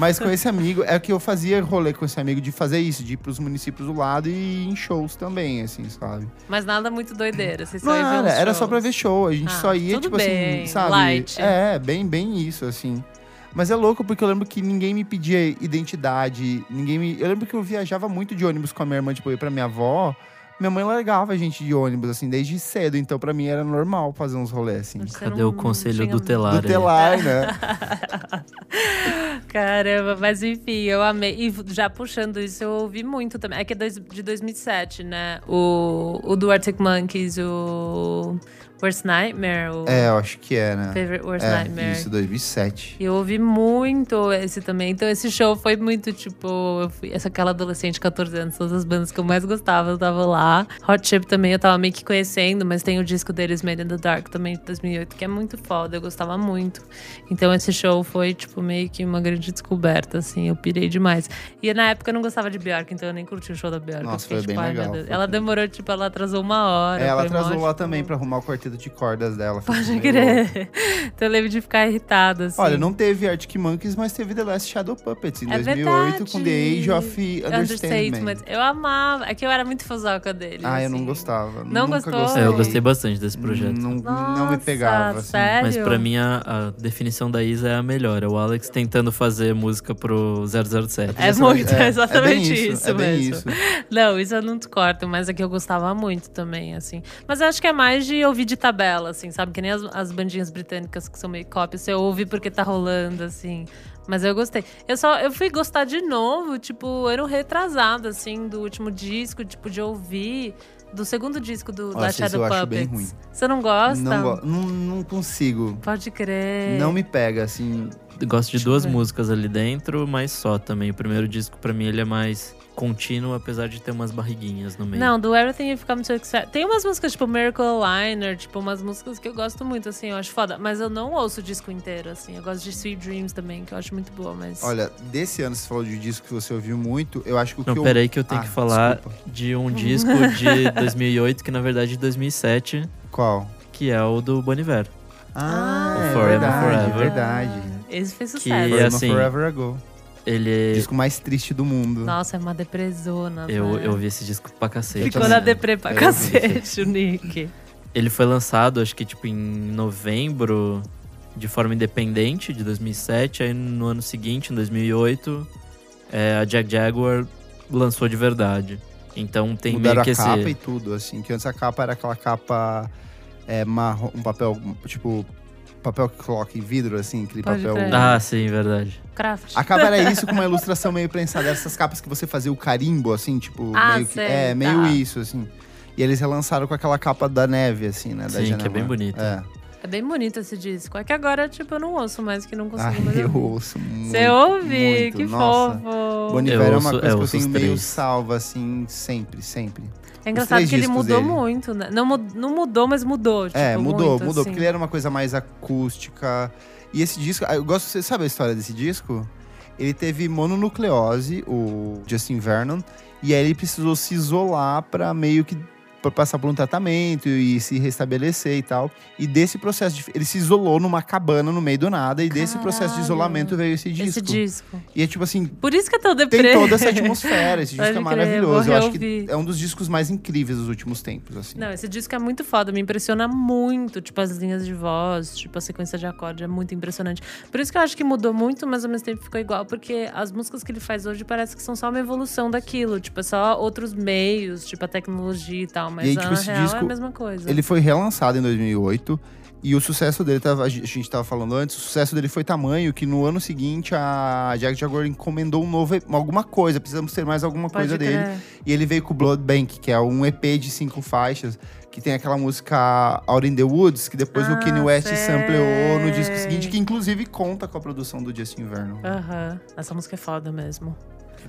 Mas com esse amigo, é que eu fazia rolê com esse amigo de fazer isso, de ir pros municípios do lado e ir em shows também, assim, sabe?
Mas nada muito doideira. Vocês
Não
só iam ver
era,
uns
era só pra
shows.
ver show. A gente
Ah,
só ia,
tudo
tipo
bem,
assim, sabe?
light.
É, bem, bem isso, assim. Mas é louco porque eu lembro que ninguém me pedia identidade, ninguém me. Eu lembro que eu viajava muito de ônibus com a minha irmã, tipo, eu ia pra minha avó. Minha mãe largava a gente de ônibus, assim, desde cedo. Então, pra mim, era normal fazer uns rolês, assim.
Você
Cadê
não-
o conselho
não tinha-
do telar?
Do
aí?
telar, né?
Caramba, mas enfim, eu amei. E já puxando isso, eu ouvi muito também. É que é dois- de 2007, né? O, o do Arctic Monkeys, o Worst Nightmare. O
É, eu acho que é, né?
Favorite Worst
É,
Nightmare.
isso, 2007.
E eu ouvi muito esse também. Então, esse show foi muito tipo. Eu fui essa, aquela adolescente de 14 anos, todas as bandas que eu mais gostava, eu tava lá. Hot Chip também eu tava meio que conhecendo, mas tem o disco deles, Made in the Dark, também de 2008, que é muito foda, eu gostava muito. Então, esse show foi, tipo, meio que uma grande descoberta, assim, eu pirei demais. E na época eu não gostava de Bjork, então eu nem curti o show da Bjork.
Nossa,
eu fiquei,
foi
tipo,
bem
ai, meu
legal,
Deus.
foi
Ela
bem-
demorou, tipo, ela atrasou uma hora.
É, ela
foi mó,
atrasou lá
tipo,
também pra arrumar o quarteto de cordas dela. Foi
Pode
meio-
crer. então eu lembro de ficar irritada, assim.
Olha, não teve Arctic Monkeys, mas teve The Last Shadow Puppets em
É
2008 com The
verdade.
Age of Understandment.
Understatement. Eu amava. É que eu era muito fozoca dele.
Ah, eu não
assim.
gostava.
Não
Nunca
gostou?
gostei.
É, eu gostei bastante desse projeto.
Não, não
Nossa,
me pegava. assim.
Sério?
Mas pra mim a, a definição da Isa é a melhor. É o Alex tentando fazer música pro 007.
É muito,
bem
exatamente isso
é bem
mesmo.
isso.
Não, isso eu não corto, mas é que eu gostava muito também, assim. Mas eu acho que é mais de ouvir de tabela, assim, sabe? Que nem as, as bandinhas britânicas que são meio cópia, você ouve porque tá rolando, assim. Mas eu gostei. Eu só eu fui gostar de novo, tipo, ano retrasado, assim, do último disco, tipo, de ouvir. Do segundo disco do
Nossa,
da
esse eu
Shadow
acho bem
Puppets.
ruim.
Você não gosta?
Não, go- não, não consigo.
Pode crer.
Não me pega, assim.
Gosto de
Deixa eu
duas
ver.
músicas ali dentro, mas só também. O primeiro disco pra mim ele é mais contínuo, apesar de ter umas barriguinhas no meio.
Não, do Everything You've Come to Accept. Tem umas músicas tipo Miracle Liner, tipo umas músicas que eu gosto muito, assim, eu acho foda. Mas eu não ouço o disco inteiro, assim. Eu gosto de Sweet Dreams também, que eu acho muito boa, mas.
Olha, desse ano você falou de disco que você ouviu muito. Eu acho que o
Não,
que eu.
peraí que eu tenho
Ah,
que falar
desculpa.
de um disco de 2008, que na verdade é de 2007,
Qual?
que é o do Bon Iver.
Ah,
Ah,
é
Forever,
verdade,
Forever.
verdade.
Esse fez
Que-
sucesso.
Forever,
assim,
Forever Ago.
Ele...
Disco mais triste do mundo.
Nossa, é uma depresona.
Eu,
né?
eu vi esse disco pra cacete.
Eu
Ficou
também.
na
né?
deprê pra
Eu vi,
cacete, o Nick.
Ele foi lançado, acho que tipo em novembro, de forma independente, de 2007. Aí no ano seguinte, em 2008, é, a Jack Jaguar lançou de verdade. Então tem
Mudaram
meio que
a
esse...
capa e tudo, assim. Que antes a capa era aquela capa é, marrom, um papel, tipo, papel que coloca em vidro, assim, aquele
Pode
papel.
crer.
Ah, sim, verdade.
Craft.
A capa era isso com uma ilustração meio prensada. Essas capas que você fazia o carimbo, assim, tipo,
Ah,
meio que.
sei,
é, meio
tá.
isso, assim. E eles relançaram com aquela capa da neve, assim, né? Da
Sim, que é
janela.
bem bonita.
É.
É bem bonito esse disco. É que agora, tipo, eu não ouço mais, que não consigo
Ai,
mais.
Ah, eu
ouvir.
ouço muito.
Você ouve?
muito.
que
Nossa.
fofo.
Bon Iver
Eu
é
ouço-
uma coisa
eu
que eu
ouço os
tenho meio
três.
salva, assim, sempre, sempre.
É engraçado
três
que ele
discos
mudou
dele.
muito, né? Não, mu- não mudou, mas mudou. Tipo,
é, mudou,
muito,
mudou.
assim.
Porque ele era uma coisa mais acústica. E esse disco, ah, eu gosto, você sabe a história desse disco? Ele teve mononucleose, o Justin Vernon, e aí ele precisou se isolar pra meio que pra passar por um tratamento e se restabelecer e tal. E desse processo, de, ele se isolou numa cabana no meio do nada, e desse processo de
Caralho.
isolamento veio esse disco.
Esse disco.
E é tipo assim,
Por isso que é tão
tem
deprê.
toda essa atmosfera, esse disco
Pode
é
crer,
maravilhoso.
vou
Eu acho que
reouvir.
é um dos discos mais incríveis dos últimos tempos, assim.
Não, esse disco é muito foda, me impressiona muito, tipo, as linhas de voz, tipo, a sequência de acorde, é muito impressionante. Por isso que eu acho que mudou muito, mas ao mesmo tempo ficou igual, porque as músicas que ele faz hoje parece que são só uma evolução daquilo, tipo, é só outros meios, tipo, a tecnologia e tal, mas
aí,
na
tipo, esse
real é a
disco,
mesma coisa.
Ele foi relançado em 2008 e o sucesso dele, tava, a gente estava falando antes, o sucesso dele foi tamanho que no ano seguinte a Jack Jaguar encomendou um novo, alguma coisa, precisamos ter mais alguma
Pode
coisa
crer.
dele. E ele veio com o Blood Bank, que é um EP de cinco faixas, que tem aquela música Out in the Woods, que depois
Ah,
o Kanye West
sei.
sampleou no disco seguinte, que inclusive conta com a produção do Justin Vernon.
É. Aham, essa música é foda mesmo.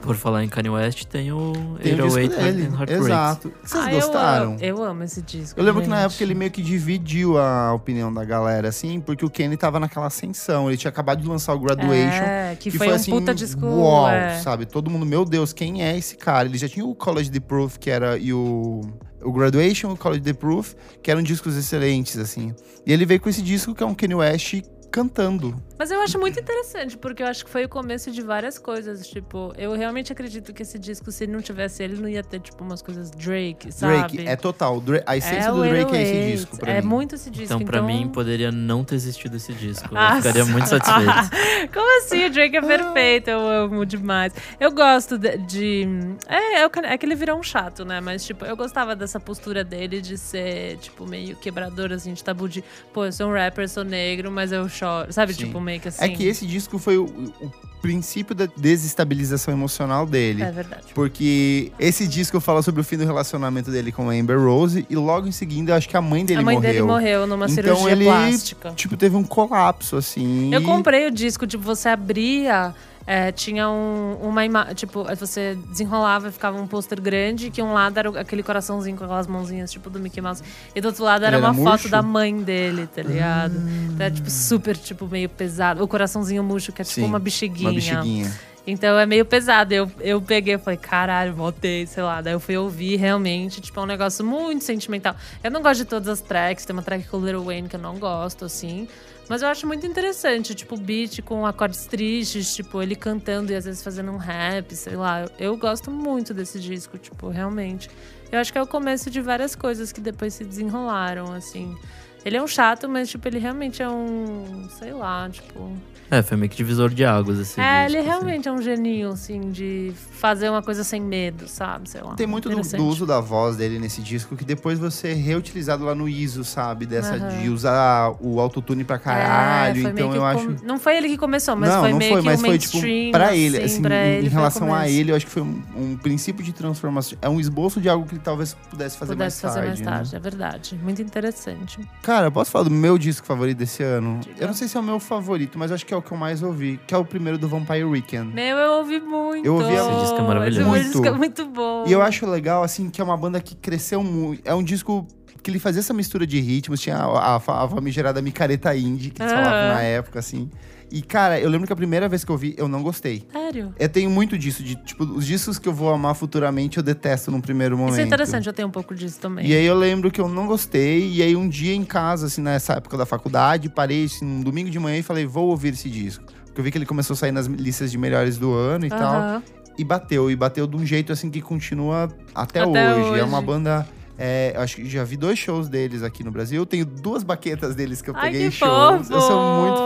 Por falar em Kanye West, tem o
Tem o disco
808
dele,
and Heartbreaks.
exato. Vocês
Ah, eu
gostaram?
amo- Eu amo, esse disco.
Eu lembro que na
gente.
época ele meio que dividiu a opinião da galera, assim, porque o Kenny tava naquela ascensão. Ele tinha acabado de lançar o Graduation.
É, que,
que
foi, um
assim,
puta disco.
uau,
é.
sabe? Todo mundo, meu Deus, quem é esse cara? Ele já tinha o College the Proof, que era e o, o Graduation, o College the Proof, que eram discos excelentes, assim. E ele veio com esse disco que é um Kenny West cantando.
Mas eu acho muito interessante, porque eu acho que foi o começo de várias coisas. Tipo, eu realmente acredito que esse disco, se não tivesse ele, não ia ter, tipo, umas coisas Drake, sabe?
Drake, é total. Dra- a essência
É
do
o
Drake é esse
808,
disco, pra
É
mim.
muito esse disco.
Então, pra mim, poderia não ter existido esse disco.
Ah,
Eu ficaria muito
sabe?
satisfeito.
Como assim? O
Ah.
Drake é perfeito, eu amo demais. Eu gosto de. de- é, é, o can- é que ele virou um chato, né? Mas, tipo, eu gostava dessa postura dele de ser, tipo, meio quebrador, assim, de tabu de, pô, eu sou um rapper, sou negro, mas eu choro. Sabe,
Sim.
tipo, meio que assim.
É que esse disco foi o, o princípio da desestabilização emocional dele.
É verdade.
Porque esse disco fala sobre o fim do relacionamento dele com a Amber Rose e logo em seguida eu acho que a mãe dele
a mãe
morreu.
dele morreu numa
Então
cirurgia
ele-
plástica.
Tipo, teve um colapso, assim.
Eu
e-
comprei o disco, tipo, você abria, é, tinha um- uma imagem, tipo, aí você desenrolava e ficava um pôster grande, que um lado era o- aquele coraçãozinho com aquelas mãozinhas, tipo, do Mickey Mouse, e do outro lado era,
Ele era
uma
murcho? Ah.
foto da mãe dele, tá ligado? Então é, tipo, super, tipo, meio pesado. O coraçãozinho murcho, que é, tipo,
Sim, uma
uma bexiguinha.
Uma bexiguinha.
Então é meio pesado. Eu, eu peguei e falei, caralho, voltei, sei lá. Daí eu fui ouvir realmente, tipo, é um negócio muito sentimental. Eu não gosto de todas as tracks, tem uma track com o Little Wayne que eu não gosto, assim. Mas eu acho muito interessante, tipo, o beat com acordes tristes, tipo, ele cantando e às vezes fazendo um rap, sei lá. Eu, eu gosto muito desse disco, tipo, realmente. Eu acho que é o começo de várias coisas que depois se desenrolaram, assim. Ele é um chato, mas, tipo, ele realmente é um. sei lá, tipo.
É, foi meio que divisor de águas esse
É,
disco,
ele
assim.
realmente é um geninho, assim, de fazer uma coisa sem medo, sabe? Sei lá.
Tem muito do,
Interessante.
do uso da voz dele nesse disco que depois você é reutilizado lá no ISO, sabe? Dessa
Aham.
de usar o autotune pra
É,
caralho.
foi meio
então
que
eu acho.
com- Não foi ele que começou, mas
não,
foi
não
meio
foi,
que
mas
um
foi tipo
mainstream,
pra ele, assim,
pra
em-
ele
em
foi o
relação a
começo.
ele, eu acho que foi um, um princípio de transformação. É um esboço de algo que ele talvez pudesse fazer
Pudesse
mais
fazer
tarde.
mais
né? Hum.
tarde, é verdade. Muito interessante.
Cara, posso falar do meu disco favorito desse ano?
Diga.
Eu não sei se é o meu favorito, mas eu acho que é o que eu mais ouvi, que é o primeiro do Vampire Weekend.
Meu, eu ouvi muito.
Eu ouvi
Esse disco é maravilhoso.
Esse
Muito.
disco é muito bom.
E eu acho legal, assim, que é uma banda que cresceu muito. É um disco que ele fazia essa mistura de ritmos. Tinha a, a, fa- a famigerada micareta indie, que eles falavam
Aham.
na época, assim. E, cara, eu lembro que a primeira vez que eu vi, eu não gostei.
Sério.
Eu tenho muito disso, de, tipo, os discos que eu vou amar futuramente, eu detesto num primeiro momento.
Isso é interessante, eu tenho um pouco disso também.
E aí eu lembro que eu não gostei, e aí um dia em casa, assim, nessa época da faculdade, parei, assim, um domingo de manhã e falei, vou ouvir esse disco. Porque eu vi que ele começou a sair nas listas de melhores do ano e tal
Aham.
e bateu. E bateu de um jeito assim que continua até,
Até
hoje. É
hoje.
uma banda. é, eu acho que já vi dois shows deles aqui no Brasil. Eu tenho duas baquetas deles que eu
Ai,
peguei em
que
shows.
fofo!
Eu sou muito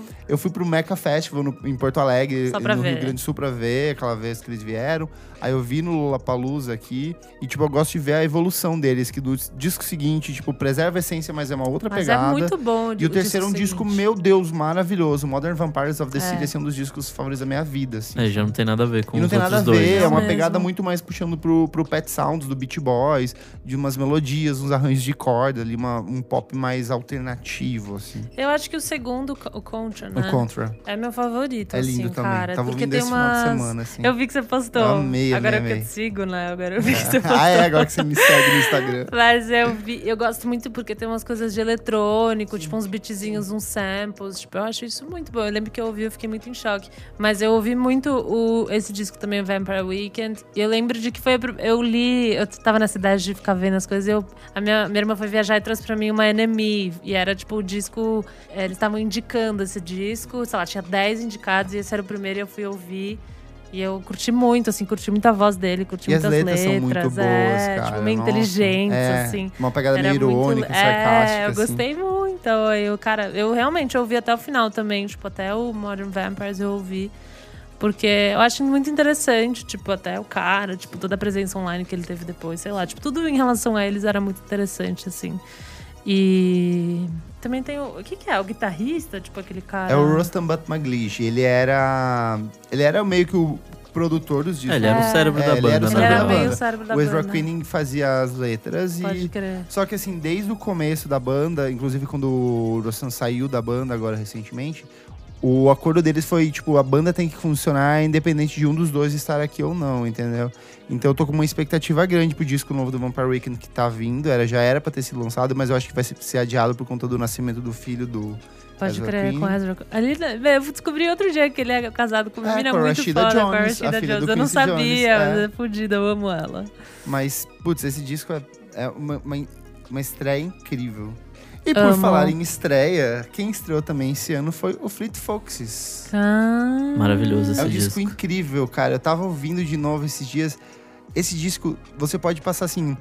fã. Eu fui pro Mecha Festival no- em Porto Alegre,
Só pra
no Rio
ver.
Grande do Sul, pra ver aquela vez que eles vieram. Aí eu vi no Lollapalooza aqui. E, tipo, eu gosto de ver a evolução deles. Que do disco seguinte, tipo, preserva a essência, mas é uma outra
Mas
pegada.
é muito bom.
E o, terceiro é um disco,
seguinte.
meu Deus, maravilhoso. Modern Vampires of the
É.
City esse é um dos discos favoritos da minha vida, assim.
É, já não tem nada a ver com
E não
os
tem
outros
nada a ver,
dois. né?
é uma
Isso
pegada
mesmo.
muito mais puxando pro, pro Pet Sounds do Beat Boys, de umas melodias, uns arranjos de corda ali, uma- um pop mais alternativo, assim.
Eu acho que o segundo, o Contra, né?
No Contra.
É meu favorito,
É lindo
assim,
também.
cara.
Tava
porque
ouvindo
tem
esse
umas...
final de semana, assim.
Eu vi que você postou.
Eu amei,
Agora
amei,
que
amei.
eu te sigo, né? Agora eu vi que você postou.
ah, é, agora que você me segue no Instagram.
Mas eu vi, eu gosto muito porque tem umas coisas de eletrônico, tipo uns beatzinhos, uns samples. Tipo, eu acho isso muito bom. Eu lembro que eu ouvi, eu fiquei muito em choque. Mas eu ouvi muito o, esse disco também, o Vampire Weekend. E eu lembro de que foi. a prim- Eu li, eu tava na cidade de ficar vendo as coisas. e Eu, a minha, minha irmã foi viajar e trouxe pra mim uma Enemy. E era tipo o disco. eh, Eles estavam indicando esse disco. Sei lá, tinha 10 indicados e esse era o primeiro e eu fui ouvir. E eu curti muito, assim, curti muito a voz dele, curti
E as
muitas
letras são muito boas,
é,
cara.
Tipo, meio
nossa.
inteligentes,
É,
assim.
Uma pegada
Era
meio irônica,
muito...
sarcástica.
É, eu
assim.
gostei muito. Eu, cara, eu realmente ouvi até o final também. Tipo, até o Modern Vampires eu ouvi. Porque eu acho muito interessante, tipo, até o cara, tipo, toda a presença online que ele teve depois, sei lá. Tipo, tudo em relação a eles era muito interessante, assim. E... Também tem o... O que que é? O guitarrista? Tipo, aquele cara...
É o Rustam Butmaglish. Ele era. Ele era meio que o produtor dos discos.
É, ele é era o
É.
cérebro
É, ele
da
era
banda,
o
Ele
na
cérebro
era
da
meio
banda.
o cérebro da
o Ezra
banda.
Queening fazia as letras
Pode
e
crer.
Só que assim, desde o começo da banda, inclusive quando o Rossan saiu da banda agora recentemente, o acordo deles foi, tipo, a banda tem que funcionar independente de um dos dois estar aqui ou não, entendeu? Então eu tô com uma expectativa grande pro disco novo do Vampire Weekend que tá vindo. Era, já era pra ter sido lançado, mas eu acho que vai ser- ser adiado por conta do nascimento do filho do.
Pode
Ezra
crer,
Queen.
com Ezra Queen. Ali, né, eu descobri outro dia que ele é casado com uma
É,
menina
com a
muito
Rashida
foda, com
Jones,
a
a
Rashida
filha do
Jones. Eu não
Quincy Jones,
sabia,
é.
mas é fodida, eu amo ela.
Mas, putz, esse disco é, é uma, uma, uma estreia incrível. E por
Amo.
falar em estreia, quem estreou também esse ano foi o Fleet Foxes.
Ah. Maravilhoso
É um
esse
disco
disco.
incrível, cara. Eu tava ouvindo de novo esses dias. Esse disco, você pode passar assim,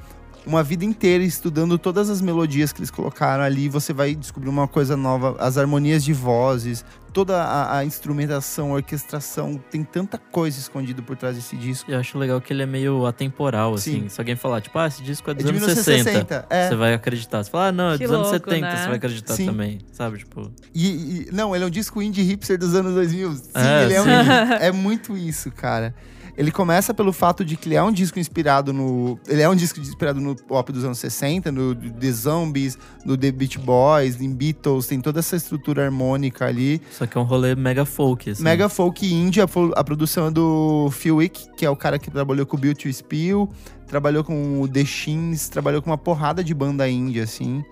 uma vida inteira estudando todas as melodias que eles colocaram ali, você vai descobrir uma coisa nova, as harmonias de vozes, toda a, a instrumentação, a orquestração, tem tanta coisa escondida por trás desse disco.
Eu acho legal que ele é meio atemporal, assim.
Sim.
Se alguém falar, tipo, ah, esse disco é
É
dos
de
anos 60,
1960. É.
você vai acreditar. Você fala, ah, não, é
Que
dos anos
louco,
70,
né?
você vai acreditar
Sim.
também. Sabe, tipo,
E, e- não, ele é um disco indie hipster dos anos 2000. Sim,
É,
ele é um
sim.
indie. É muito isso, cara. Ele começa pelo fato de que ele é um disco inspirado no. Ele é um disco inspirado no pop dos anos 60, no The Zombies, no The Beach Boys, em Beatles, tem toda essa estrutura harmônica ali.
só que é um rolê mega folk, assim.
Mega Folk Indie, a, fo- a produção é do Phil Wick, que é o cara que trabalhou com o Bill to Spill, trabalhou com o The Shins, trabalhou com uma porrada de banda indie, assim.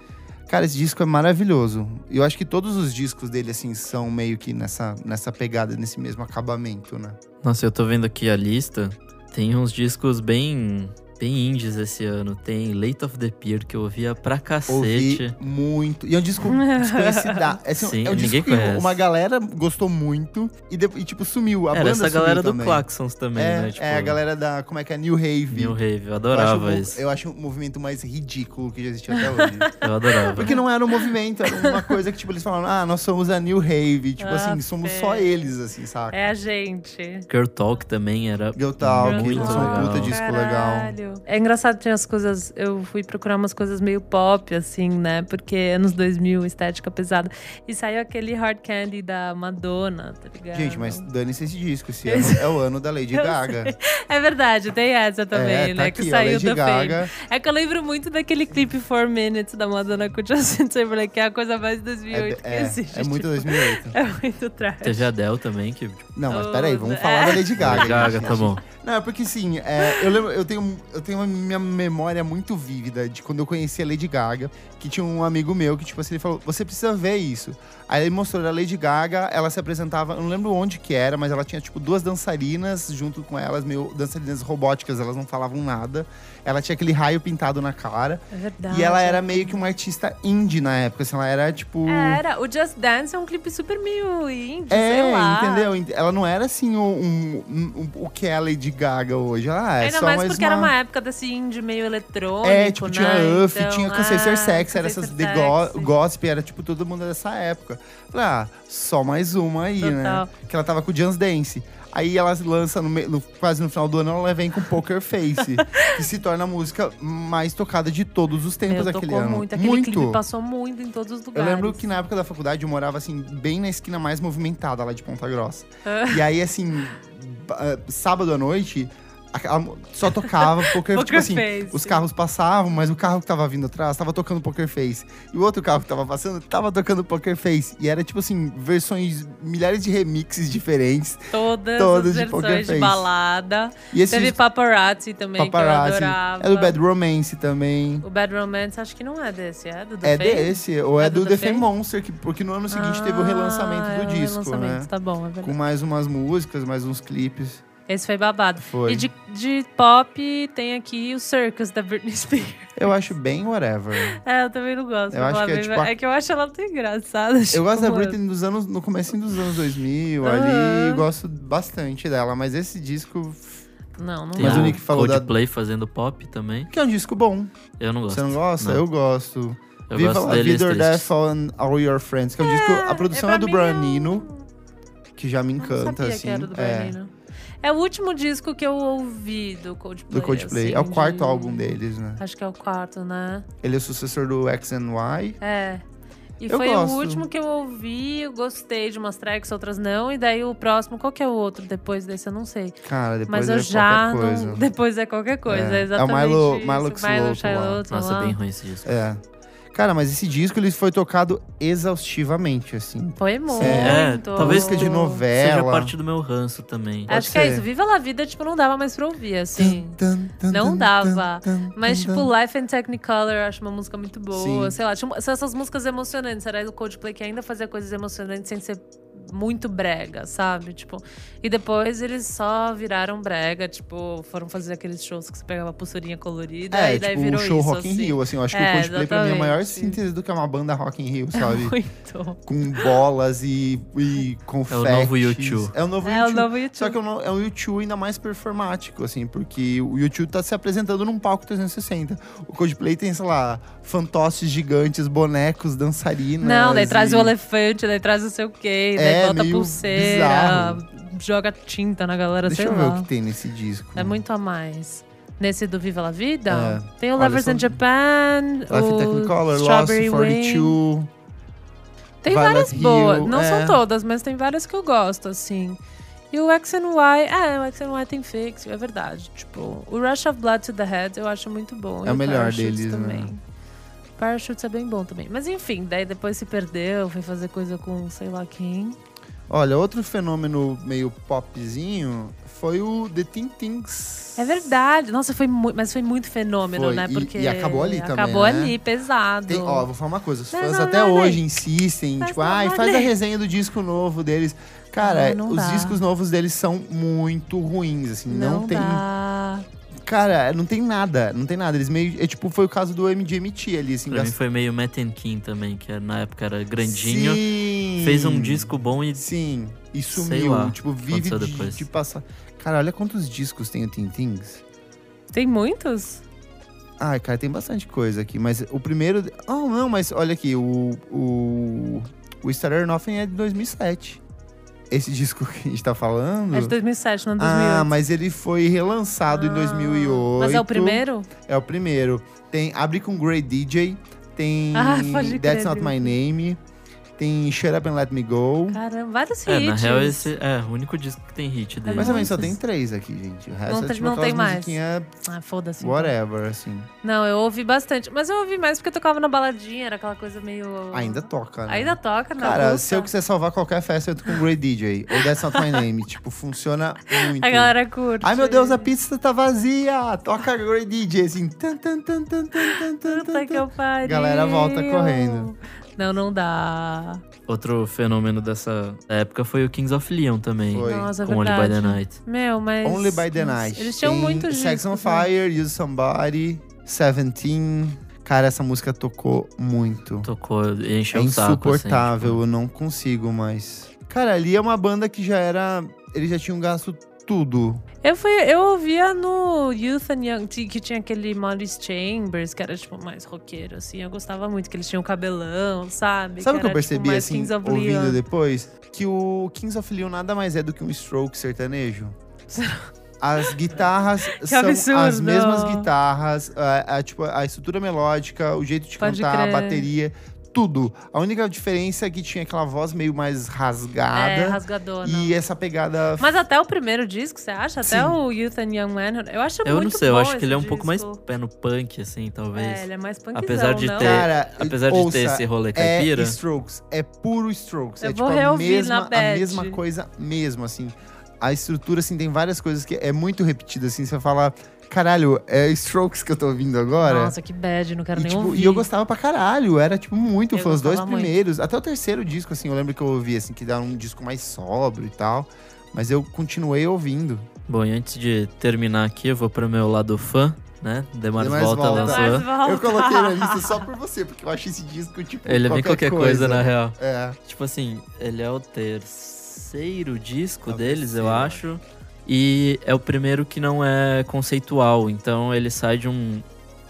Cara, esse disco é maravilhoso. E eu acho que todos os discos dele, assim, são meio que nessa, nessa pegada, nesse mesmo acabamento, né?
Nossa, eu tô vendo aqui a lista. Tem uns discos bem. Bem indies esse ano. Tem Late of the Pier, que eu ouvia pra cacete.
Ouvi muito. E é um disco desconhecido. É, assim,
Sim,
é um disco
ninguém
que
conhece.
uma galera gostou muito e, de- e, tipo, sumiu. A
Era
banda
essa
sumiu
galera do
também.
Claxons também,
é,
né? Tipo,
é, a galera da. Como é que é? New Wave.
New Rave, eu
Eu acho, o
adorava
mov-
isso. Eu,
eu acho o movimento mais ridículo que já existiu até hoje.
adorava.
Porque não era um movimento, era uma coisa que, tipo, eles falaram, ah, nós somos a New Wave. Tipo
Ah,
assim, somos
fé.
só eles, assim, saca?
É a gente.
Girl Talk também era.
Girl Talk,
muito
lançou um
legal.
puta disco legal.
Caralho. É engraçado, tinha as coisas. Eu fui procurar umas coisas meio pop, assim, né? Porque anos 2000, estética pesada. E saiu aquele Hard Candy da Madonna, tá ligado?
Gente, mas dane-se esse disco, esse ano é o ano da Lady
Eu
Gaga.
É verdade, tem essa também,
é, tá
né?
aqui,
que
ó,
saiu
Lady
da Fame.
Gaga.
É que eu lembro muito daquele clipe Four Minutes da Madonna com o Justin Timberlake, que é a coisa mais
É,
2008 que
é,
existe.
é muito
tipo,
2008.
É muito trash.
Teve a Adele também, que. Tipo,
Não, mas peraí, vamos
É.
falar da Lady Gaga.
Gaga,
gente.
tá bom.
Não, é porque sim, é, eu lembro, eu tenho, eu tenho uma minha memória muito vívida de quando eu conheci a Lady Gaga, que tinha um amigo meu que, tipo assim, ele falou, você precisa ver isso. Aí ele mostrou a Lady Gaga, ela se apresentava, eu não lembro onde que era, mas ela tinha, tipo, duas dançarinas junto com elas, meio dançarinas robóticas, elas não falavam nada. Ela tinha aquele raio pintado na cara.
É verdade.
E ela era meio que uma artista indie na época, assim, ela era, tipo...
É, Era, o Just Dance é um clipe super meio indie,
É,
sei lá.
entendeu? Ent- Ela não era assim o, um- um- o que é a Lady Gaga hoje. Ela é
Ainda
só
mais
mais
porque
uma...
era uma época desse indie meio eletrônico,
É, tipo, tinha
né?
UF,
Então,
tinha
ah,
Cansei Ser Sex, era essas
Cansei
The
Ser
go
Sexy.
Gospel, era tipo todo mundo dessa época. Falei, ah, só mais uma aí, né?
Total.
Que ela tava com o Just Dance. Aí ela lança no, me- no- quase no final do ano, ela vem com Poker Face, que se torna a música mais tocada de todos os tempos
Meu,
daquele
tocou
ano.
muito, aquele clipe passou muito em todos os
Eu
lugares.
lembro que na época da faculdade eu morava assim, bem na esquina mais movimentada lá de Ponta Grossa.
Ah.
e aí, assim, ba- ah, sábado à noite, a- a- só tocava poker,
Poker
tipo assim,
Face.
os carros passavam, mas o carro que tava vindo atrás tava tocando poker face. E o outro carro que tava passando tava tocando poker face. E era tipo assim, versões, milhares de remixes diferentes.
Todas,
Todas
as
de Poker
versões
Face.
de, balada.
E esse
Teve
disco-
Paparazzi também,
paparazzi.
que eu adorava.
É do Bad Romance também.
O Bad Romance acho que não é desse, é do The
É
Fame?
desse, ou é,
É do
do
The
The Fame
Fame?
Monster, que, porque no ano seguinte teve o
Ah,
relançamento
é
do
o
disco,
relançamento,
né?
Tá bom, é verdade.
Com mais umas músicas, mais uns clipes.
Esse foi babado.
Foi.
E de, de pop tem aqui o Circus da Britney Spears.
Eu acho bem whatever.
É, eu também não gosto.
Eu
pra
acho
falar
que é
bem-
tipo a-
é que eu acho ela tão engraçada.
Eu
tipo,
gosto da
mano.
Britney dos anos, no começo dos anos 2000, ali,
Aham.
eu gosto bastante dela, mas esse disco,
Não, não
Tem
Mas
o
o
gosto.
Nick falou da-
Coldplay fazendo pop também.
que é um disco bom.
Eu não gosto.
Você não gosta? Eu gosto.
Eu
Viva
gosto
La
deles
Vida or
tristes.
Death on All Your Friends, que é um disco, a produção é,
pra
do
mim
Brian
um-
Eno, que já me
Eu não
encanta,
sabia
assim.
que era do
é,
Bernino. é. o último disco que eu ouvi do Coldplay.
do Coldplay.
assim,
é o quarto
de-
álbum deles, né?
Acho que é o quarto, né?
Ele é o sucessor do X and Y.
É. E
Eu
foi
gosto.
o último que eu ouvi, eu gostei de umas tracks, outras não. E daí o próximo, qual que é o outro depois desse? Eu não sei.
Cara, depois
Mas eu
é
já.
qualquer coisa.
Não... Depois é qualquer coisa,
É.
é,
É o
exatamente.
Milo-
isso.
Milo Xyloto lá.
Xyloto
Nossa,
lá.
bem ruim esse disco.
É. Cara, mas esse disco ele foi tocado exaustivamente, assim.
Foi muito.
É, talvez
Música de novela.
Seja parte do meu ranço também.
É.
Acho que é
ser.
isso. Viva la vida, tipo, não dava mais pra ouvir, assim.
Tum, tum,
Não
tum,
dava.
tum, tum,
Mas,
tum.
tipo, Life and Technicolor, eu acho uma música muito boa. tipo,
Sim.
Sei lá, tinha, são essas músicas emocionantes. Era o Coldplay que ainda fazia coisas emocionantes sem ser muito brega, sabe? Tipo, e depois eles só viraram brega, tipo, foram fazer aqueles shows que você pegava a pulseirinha colorida
É,
e daí
tipo,
virou
um show
isso,
Rock in
assim.
Rio, assim. Eu acho que o
É,
Coldplay pra mim é a maior
exatamente.
síntese do que é uma banda Rock in Rio, sabe?
Muito.
Com bolas e, e confetes.
U2.
É o novo
É o
YouTube.
novo YouTube.
Só que é um- é um YouTube ainda mais performático, assim, porque o YouTube tá se apresentando num palco 360. O Coldplay tem, sei lá, fantoches gigantes, bonecos, dançarinas.
Não, daí traz
e-
o elefante, daí traz não sei o quê, daí
assim. É,
bota a
meio
pulseira,
bizarro.
joga tinta na galera,
Deixa
sei
eu ver
lá.
o que tem nesse disco.
É muito a mais. Nesse do Viva La Vida, tem o
É. Olha,
Lovers
são-
in Japan,
Life
o
in Technicolor, Lost,
Strawberry Wing.
42.
Tem
Violet
várias
Hill,
boas. Não
é.
são todas, mas tem várias que eu gosto, assim. E o X and Y, é, o X and Y tem fix, é verdade. Tipo, o Rush of Blood to the Head eu acho muito bom.
É
e
o melhor
Parachutes
deles, né?
também. Parachutes é bem bom também. Mas enfim, daí depois se perdeu, foi fazer coisa com sei lá quem.
Olha, outro fenômeno meio popzinho foi o The Teen Things.
É verdade. Nossa, foi muito, mas foi muito fenômeno,
Foi,
né?
e-
Porque
e acabou ali também,
Acabou
né?
ali, pesado.
Tem- ó, vou falar uma coisa. Os
Mas
fãs
não né?
até
vale.
hoje insistem,
Mas
tipo,
não
ai, faz
vale."
a resenha do disco novo deles. Cara,
Ah, não
os
dá.
discos novos deles são muito ruins, assim, não, tem.
dá.
Cara, não tem nada, não tem nada. Eles meio. É tipo, foi o caso do MGMT ali, assim,
Pra mim
gastou-
foi meio Matt and King também, que na época era grandinho,
Sim.
fez um disco bom e
Sim, e
Sei
sumiu.
lá,
tipo, vive
aconteceu
de,
depois.
de passar. Cara, olha quantos discos tem o Teen Things.
Tem muitos?
Ai, cara, tem bastante coisa aqui, mas o primeiro. Oh, não, mas olha aqui, o. O, o Starter Nothing é de 2007. Esse disco que a gente tá falando.
É de 2007, não 2008.
ah, mas ele foi relançado em
Ah,
2008.
Mas é o primeiro?
É o primeiro. Tem Abre com Grey DJ, tem
Ah, pode
That's
crer,
Not
viu?
My Name, tem Shut Up and Let Me Go.
Caramba, vários
É,
hits.
na real, esse é o único disco que tem
É
hit dele.
Mas também só
Nossa.
tem três aqui, gente. O resto
Não
é
tem-
tipo
não tem
aquelas
mais.
musiquinha
Ah, foda-se.
whatever, assim.
Não, eu ouvi bastante. Mas eu ouvi mais porque eu tocava na baladinha, era aquela coisa meio...
Ainda toca, né?
Ainda toca, né?
Cara, se eu quiser salvar qualquer festa, eu tô com Grey DJ. Ou That's Not My Name. tipo, funciona muito.
A galera curte.
Ai, meu Deus, a pizza tá vazia. Toca Grey DJ, assim. Tan, tan, tan, tan, tan, tan, tan,
Puta
tan,
que eu
tan.
pariu.
Galera volta correndo.
Não, não dá.
Outro fenômeno dessa época foi o Kings of Leon também.
Foi.
Nossa, é
Com Only by
verdade.
the Night.
Meu, mas...
Only by the
nossa,
Night.
Eles tinham
Tem
muito
Sex on
discos, né?
Fire, Use Somebody, Seventeen. Cara, essa música tocou muito.
Tocou,
É
encheu o saco. assim,
insuportável, eu não consigo mais. Cara, ali é uma banda que já era. Eles já tinham gasto tudo.
Eu, fui, eu ouvia no Youth and Young, ti- que tinha aquele Maurice Chambers, que era, tipo, mais roqueiro, assim. Eu gostava muito, que eles tinham cabelão, sabe?
Sabe o que eu
era, tipo,
percebi,
mais
assim,
Kings of
ouvindo
Leon.
depois? Que o Kings of Leon nada mais é do que um stroke sertanejo. As guitarras são as
absurdo!
mesmas guitarras, a, a- tipo, a estrutura melódica, o jeito de
Pode
cantar,
crer.
a bateria, tudo. A única diferença é que tinha aquela voz meio mais
É,
rasgada
rasgadona.
e essa pegada.
Mas até o primeiro disco, você acha? Até
Sim.
o Youth and Young Man, eu acho
Eu
muito
não sei, eu
bom
acho que
esse
ele é um pouco mais
disco.
pé no punk, assim, talvez.
É, ele é mais punkzão,
Apesar de
não?
ter-
Cara,
Apesar de ter
ouça,
esse rolê
É
caipira.
Strokes, é puro Strokes.
Eu
é
vou
tipo a
reouvir
mesma,
na
a
bad.
mesma coisa mesmo, assim. A estrutura, assim, tem várias coisas que é muito repetida, assim. Você fala, caralho, é Strokes que eu tô ouvindo agora?
Nossa, que bad, não quero
E,
nem
tipo,
ouvir.
e eu gostava pra caralho, era tipo muito
Eu
fã. Os dois
gostava muito.
primeiros, até o terceiro disco, assim, eu lembro que eu ouvi, assim, que dá um disco mais sóbrio e tal. Mas eu continuei ouvindo.
Bom, e antes de terminar aqui, eu vou pro meu lado fã, né? Demar
Demar
Volta
Volta.
Mas
lançou.
volta.
Eu coloquei na lista só por você, porque eu acho esse disco, tipo.
Ele é bem qualquer coisa, na real.
É.
Tipo assim, ele é o terceiro disco
Talvez
deles, eu
seja.
acho. E é o primeiro que não é conceitual. Então ele sai de um.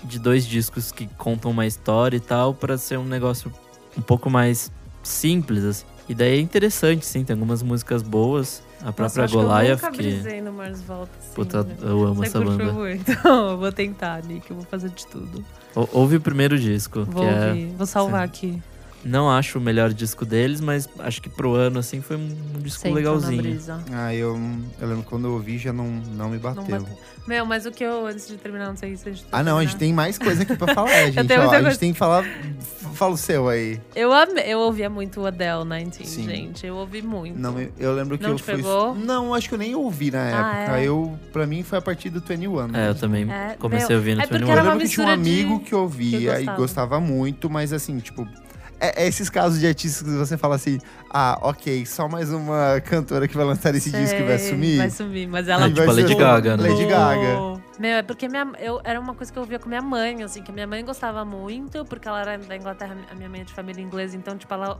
de dois discos que contam uma história e tal, pra ser um negócio um pouco mais simples, assim. E daí é interessante, sim, tem algumas músicas boas. A
Nossa,
própria
acho que eu
Goliath,
nunca
que.
brisei no Mars Volta, assim,
Puta,
né?
eu amo
Você
essa
curtiu
banda.
muito. Então, Eu vou tentar, Nick. Eu vou fazer de tudo.
O- Ouve o primeiro disco,
Vou
que é
ouvir. Vou salvar aqui.
Não acho o melhor disco deles, mas acho que pro ano, assim, foi um um disco
Senta na
legalzinho.
brisa.
Ah, eu, eu lembro quando eu ouvi já não, não me
Não
bateu.
bateu. Meu, mas o que eu, antes de terminar, não sei se a gente.
Ah, não, a gente tem mais coisa aqui pra falar, gente.
tenho
ó,
muita
a gente
coisa.
tem que falar. Fala o seu aí.
Eu, amei, eu ouvia muito o Adele 19,
Sim.
gente. Eu ouvi muito.
Não, eu- eu lembro que
Não
eu
te
fui.
pegou?
Não, acho que eu nem ouvi na
Ah,
época.
é?
Eu, pra mim foi a partir do 21.
É, eu
mesmo.
também
É,
comecei
meu,
a ouvir no
é porque
21.
Eu
era
lembro
uma
que tinha um
mistura de-
amigo que
que eu
ouvia e
gostava.
gostava muito, mas assim, tipo. é, é esses casos de artistas que você fala assim: ah, ok, só mais uma cantora que vai lançar esse disco e vai
Sei,
sumir.
Vai sumir, mas ela
É, tipo a
ser
Lady
o-
Gaga, né?
Lady Gaga.
Meu, é porque minha, eu, era uma coisa que eu via com minha mãe, assim, que minha mãe gostava muito, porque ela era da Inglaterra, a minha mãe é de família inglesa, então, tipo, ela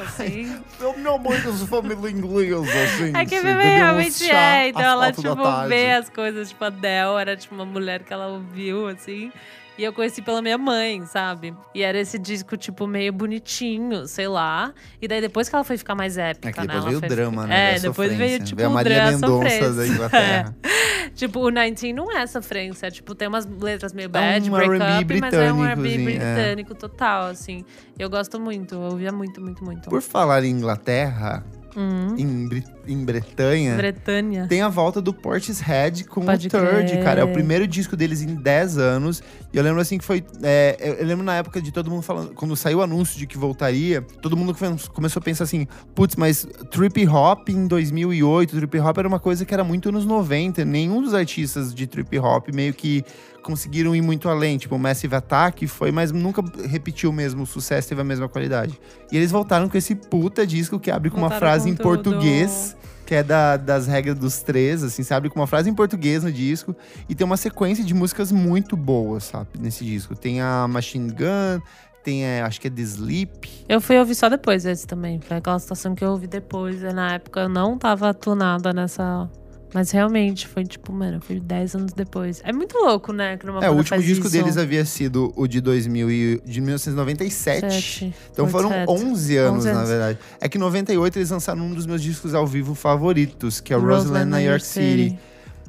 assim.
Eu, meu mãe dos família inglesa, gente.
é que minha
bebeu
mãe
um
realmente
chá
é, então
às
ela,
quatro da
tipo,
tarde.
vê as coisas, tipo, a Del era, tipo, uma mulher que ela ouviu, assim. E eu conheci pela minha mãe, sabe? E era esse disco, tipo, meio bonitinho, sei lá. E daí depois que ela foi ficar mais épica,
É que
né?
depois
ela
veio o
foi-
drama, né?
É,
da
depois veio,
sofrência.
tipo,
Veio a
o
Maria
drama, a
Mendonça da
sofrência.
Inglaterra.
Tipo, o 19 não é sofrência. Tipo, tem umas letras meio
É
bad,
um
break
R&B
up, mas é um R&B
britânicozinho, é.
britânico total, assim. Eu gosto muito, eu ouvia muito, muito, muito.
Por falar em Inglaterra,
Hum.
em, Bri- em Bretanha,
Bretânia.
tem a volta do Portishead com
Pode
o Third,
crer.
cara. É o primeiro disco deles em 10 anos. E eu lembro assim que foi. é, eu, eu lembro na época de todo mundo falando. Quando saiu o anúncio de que voltaria, todo mundo come- começou a pensar assim: putz, mas trip hop em 2008, trip hop era uma coisa que era muito nos 90. Nenhum dos artistas de trip hop meio que conseguiram ir muito além. Tipo, o Massive Attack foi, mas nunca repetiu o mesmo sucesso, teve a mesma qualidade. E eles voltaram com esse puta disco que abre com uma
Voltaram
frase
com
em
tudo.
português que é da- das regras dos três, assim, você abre com uma frase em português no disco e tem uma sequência de músicas muito boas, sabe, nesse disco. Tem a Machine Gun, tem, é, acho que é The Sleep.
Eu fui ouvir só depois esse também. Foi aquela situação que eu ouvi depois. e Na época eu não tava tunada nessa. Mas realmente foi tipo, mano, foi 10 anos depois. É muito louco, né? Que numa
é, o
banda
último
faz
disco
isso.
deles havia sido o de, 2000 e, de 1997.
Sete.
Então foram
Sete.
11 anos,
11
na
anos.
verdade. É que em 98 eles lançaram um dos meus discos ao vivo favoritos, que é o Roseland na New York City.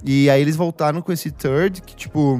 E aí eles voltaram com esse third, que tipo,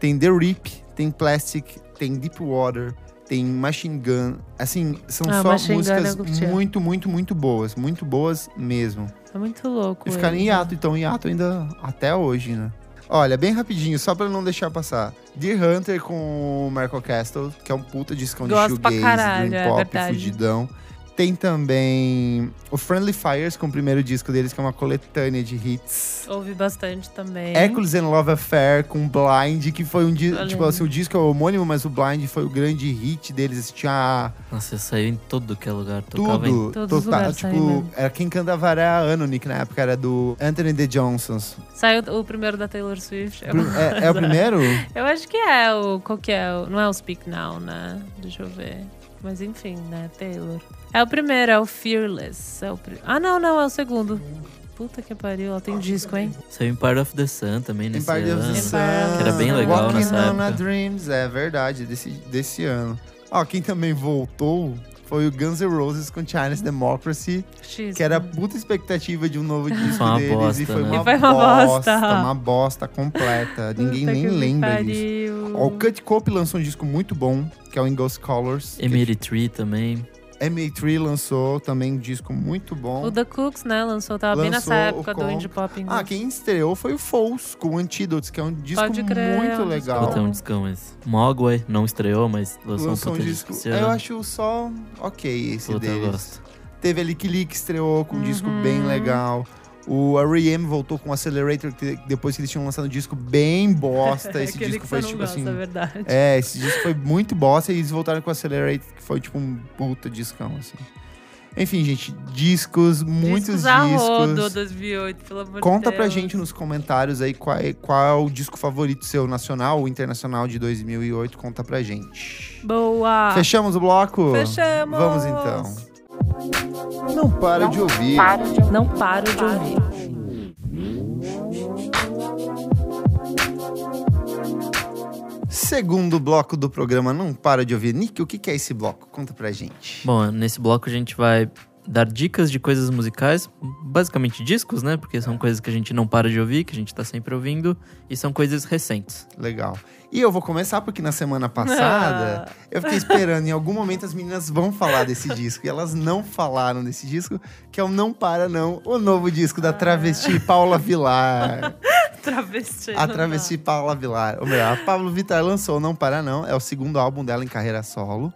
tem The Rip, tem Plastic, tem Deep Water, tem Machine Gun. Assim, são
Ah,
só
Machine Gun
músicas
eu curtia.
muito, muito, muito boas. Muito boas mesmo.
É muito louco.
E ficaram em
eles, né?
hiato, então em hiato ainda até hoje, né? Olha, bem rapidinho, só pra não deixar passar. Deer Hunter com o Michael Castle, que é um puta discão de
Gosto pra
shoegaze,
caralho,
dream
é
pop,
verdade.
fudidão. Tem também o Friendly Fires com o primeiro disco deles, que é uma coletânea de hits.
Ouvi bastante também.
Eccles and Love Affair com Blind, que foi um disco.
Olha
Tipo,
aí.
assim, o disco é homônimo, mas o Blind foi o grande hit deles. Tinha
Nossa, saiu em todo que é lugar. Tocava em
tudo.
todos os
total,
lugares, saiu
tipo,
mesmo.
era quem cantava era a Anony, que na época era do Anthony The Johnsons.
Saiu o primeiro da Taylor Swift. Eu,
Prim- É, é o primeiro?
eu acho que é o. Qual que é? O, não é o Speak Now, né? Deixa eu ver. Mas enfim, né? Taylor. É o primeiro, é o Fearless. É o pri- ah, não, não, é o segundo. Puta que pariu, ela tem um disco, hein?
Saiu Empire of the Sun também nesse
Empire of
ano.
the
Sun.
Sun.
Que era bem legal
Walking
nessa
on a
época.
Dreams, é verdade, desse, desse ano. Ó, quem também voltou foi o Guns N' Roses com Chinese Democracy.
X.
Que era a puta expectativa de um novo disco
uma
deles.
bosta,
e foi
né?
uma,
E foi uma
bosta.
bosta.
Uma bosta completa. Ninguém nem lembra disso. Ó, o Cut Cope lançou um disco muito bom, que é o In Ghost Colors.
Emery Tree também.
MA3 lançou também um disco muito bom.
O The Cooks, né? Lançou, tava bem
Lançou
nessa época
o
do
Con-
indie pop inglês.
Ah, quem estreou foi o Fouls com Antidotes, que é um disco
Pode crer, é um
muito
disco
legal.
Puta, é um discão esse. Mogwai, não estreou, mas lançou,
lançou
um
um
puta
disco.
esse ano.
Eu acho só ok esse
Puta, eu
deles.
gosto.
Teve a Lick Lick, estreou com um disco
Uhum.
bem legal. O R.E.M. voltou com Accelerator, que depois que eles tinham lançado um disco bem bosta. Esse
Aquele
disco
que
foi
você não
tipo
gosta,
assim.
é verdade.
É, esse disco foi muito bosta e eles voltaram com Accelerate, que foi tipo um puta discão, assim. Enfim, gente, discos, muitos discos.
discos. a rodo, 2008, pelo amor de
Conta pra
Deus.
gente nos comentários aí qual é, qual é o disco favorito seu, nacional ou internacional de 2008. Conta pra gente.
Boa!
Fechamos o bloco?
Ah. Fechamos!
Vamos então. Não para de ouvir.
Não paro de ouvir.
Segundo bloco do programa Não Para de Ouvir. Nick, o que que é esse bloco? Conta pra gente.
Bom, nesse bloco a gente vai dar dicas de coisas musicais, basicamente discos, né? Porque são coisas que a gente não para de ouvir, que a gente tá sempre ouvindo, e são coisas recentes.
Legal. E eu vou começar porque na semana passada eu fiquei esperando. em algum momento as meninas vão falar desse disco. E elas não falaram desse disco, que é o Não Para Não, o novo disco da travesti Paula Vilar.
Travesti.
A
não
travesti Paula Vilar. Ou melhor, a Pablo Vittar lançou o Não Para Não, é o segundo álbum dela em carreira solo.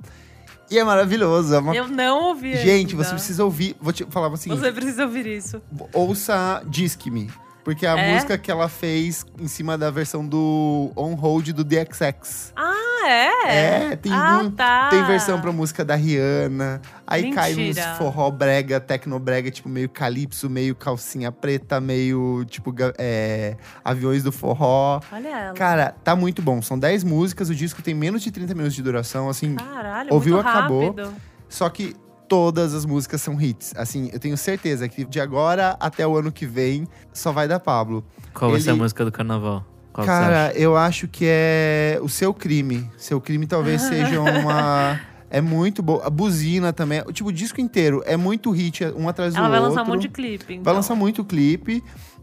E é maravilhoso. É
dá.
uma...
Eu não ouvi
Gente,
ainda.
você precisa ouvir. Vou te falar assim:
Você precisa ouvir isso.
ouça Disque-me. Porque é a
É?
música que ela fez em cima da versão do On Hold do DXX.
Ah, Ah, é?
É, tem,
ah,
muito-
tá.
tem versão pra música da Rihanna. Aí cai uns
Mentira.
forró brega, tecnobrega, tipo meio calypso, meio calcinha preta, meio tipo ga- é, aviões do forró.
Olha ela.
Cara, tá muito bom. São 10 músicas, o disco tem menos de 30 minutos de duração, assim.
Caralho,
ouviu,
muito
acabou.
rápido.
Só que todas as músicas são hits. Assim, eu tenho certeza que de agora até o ano que vem só vai dar Pablo.
Qual vai ser a
Ele-
música do carnaval? Qual que você acha?
Cara, eu acho que é o seu crime. Seu crime talvez
Ah.
seja uma. É muito boa. A buzina também. O tipo, o disco inteiro é muito hit, é um atrás
Ela
do
vai
outro.
lançar um monte de clipe, então.
Vai lançar muito clipe.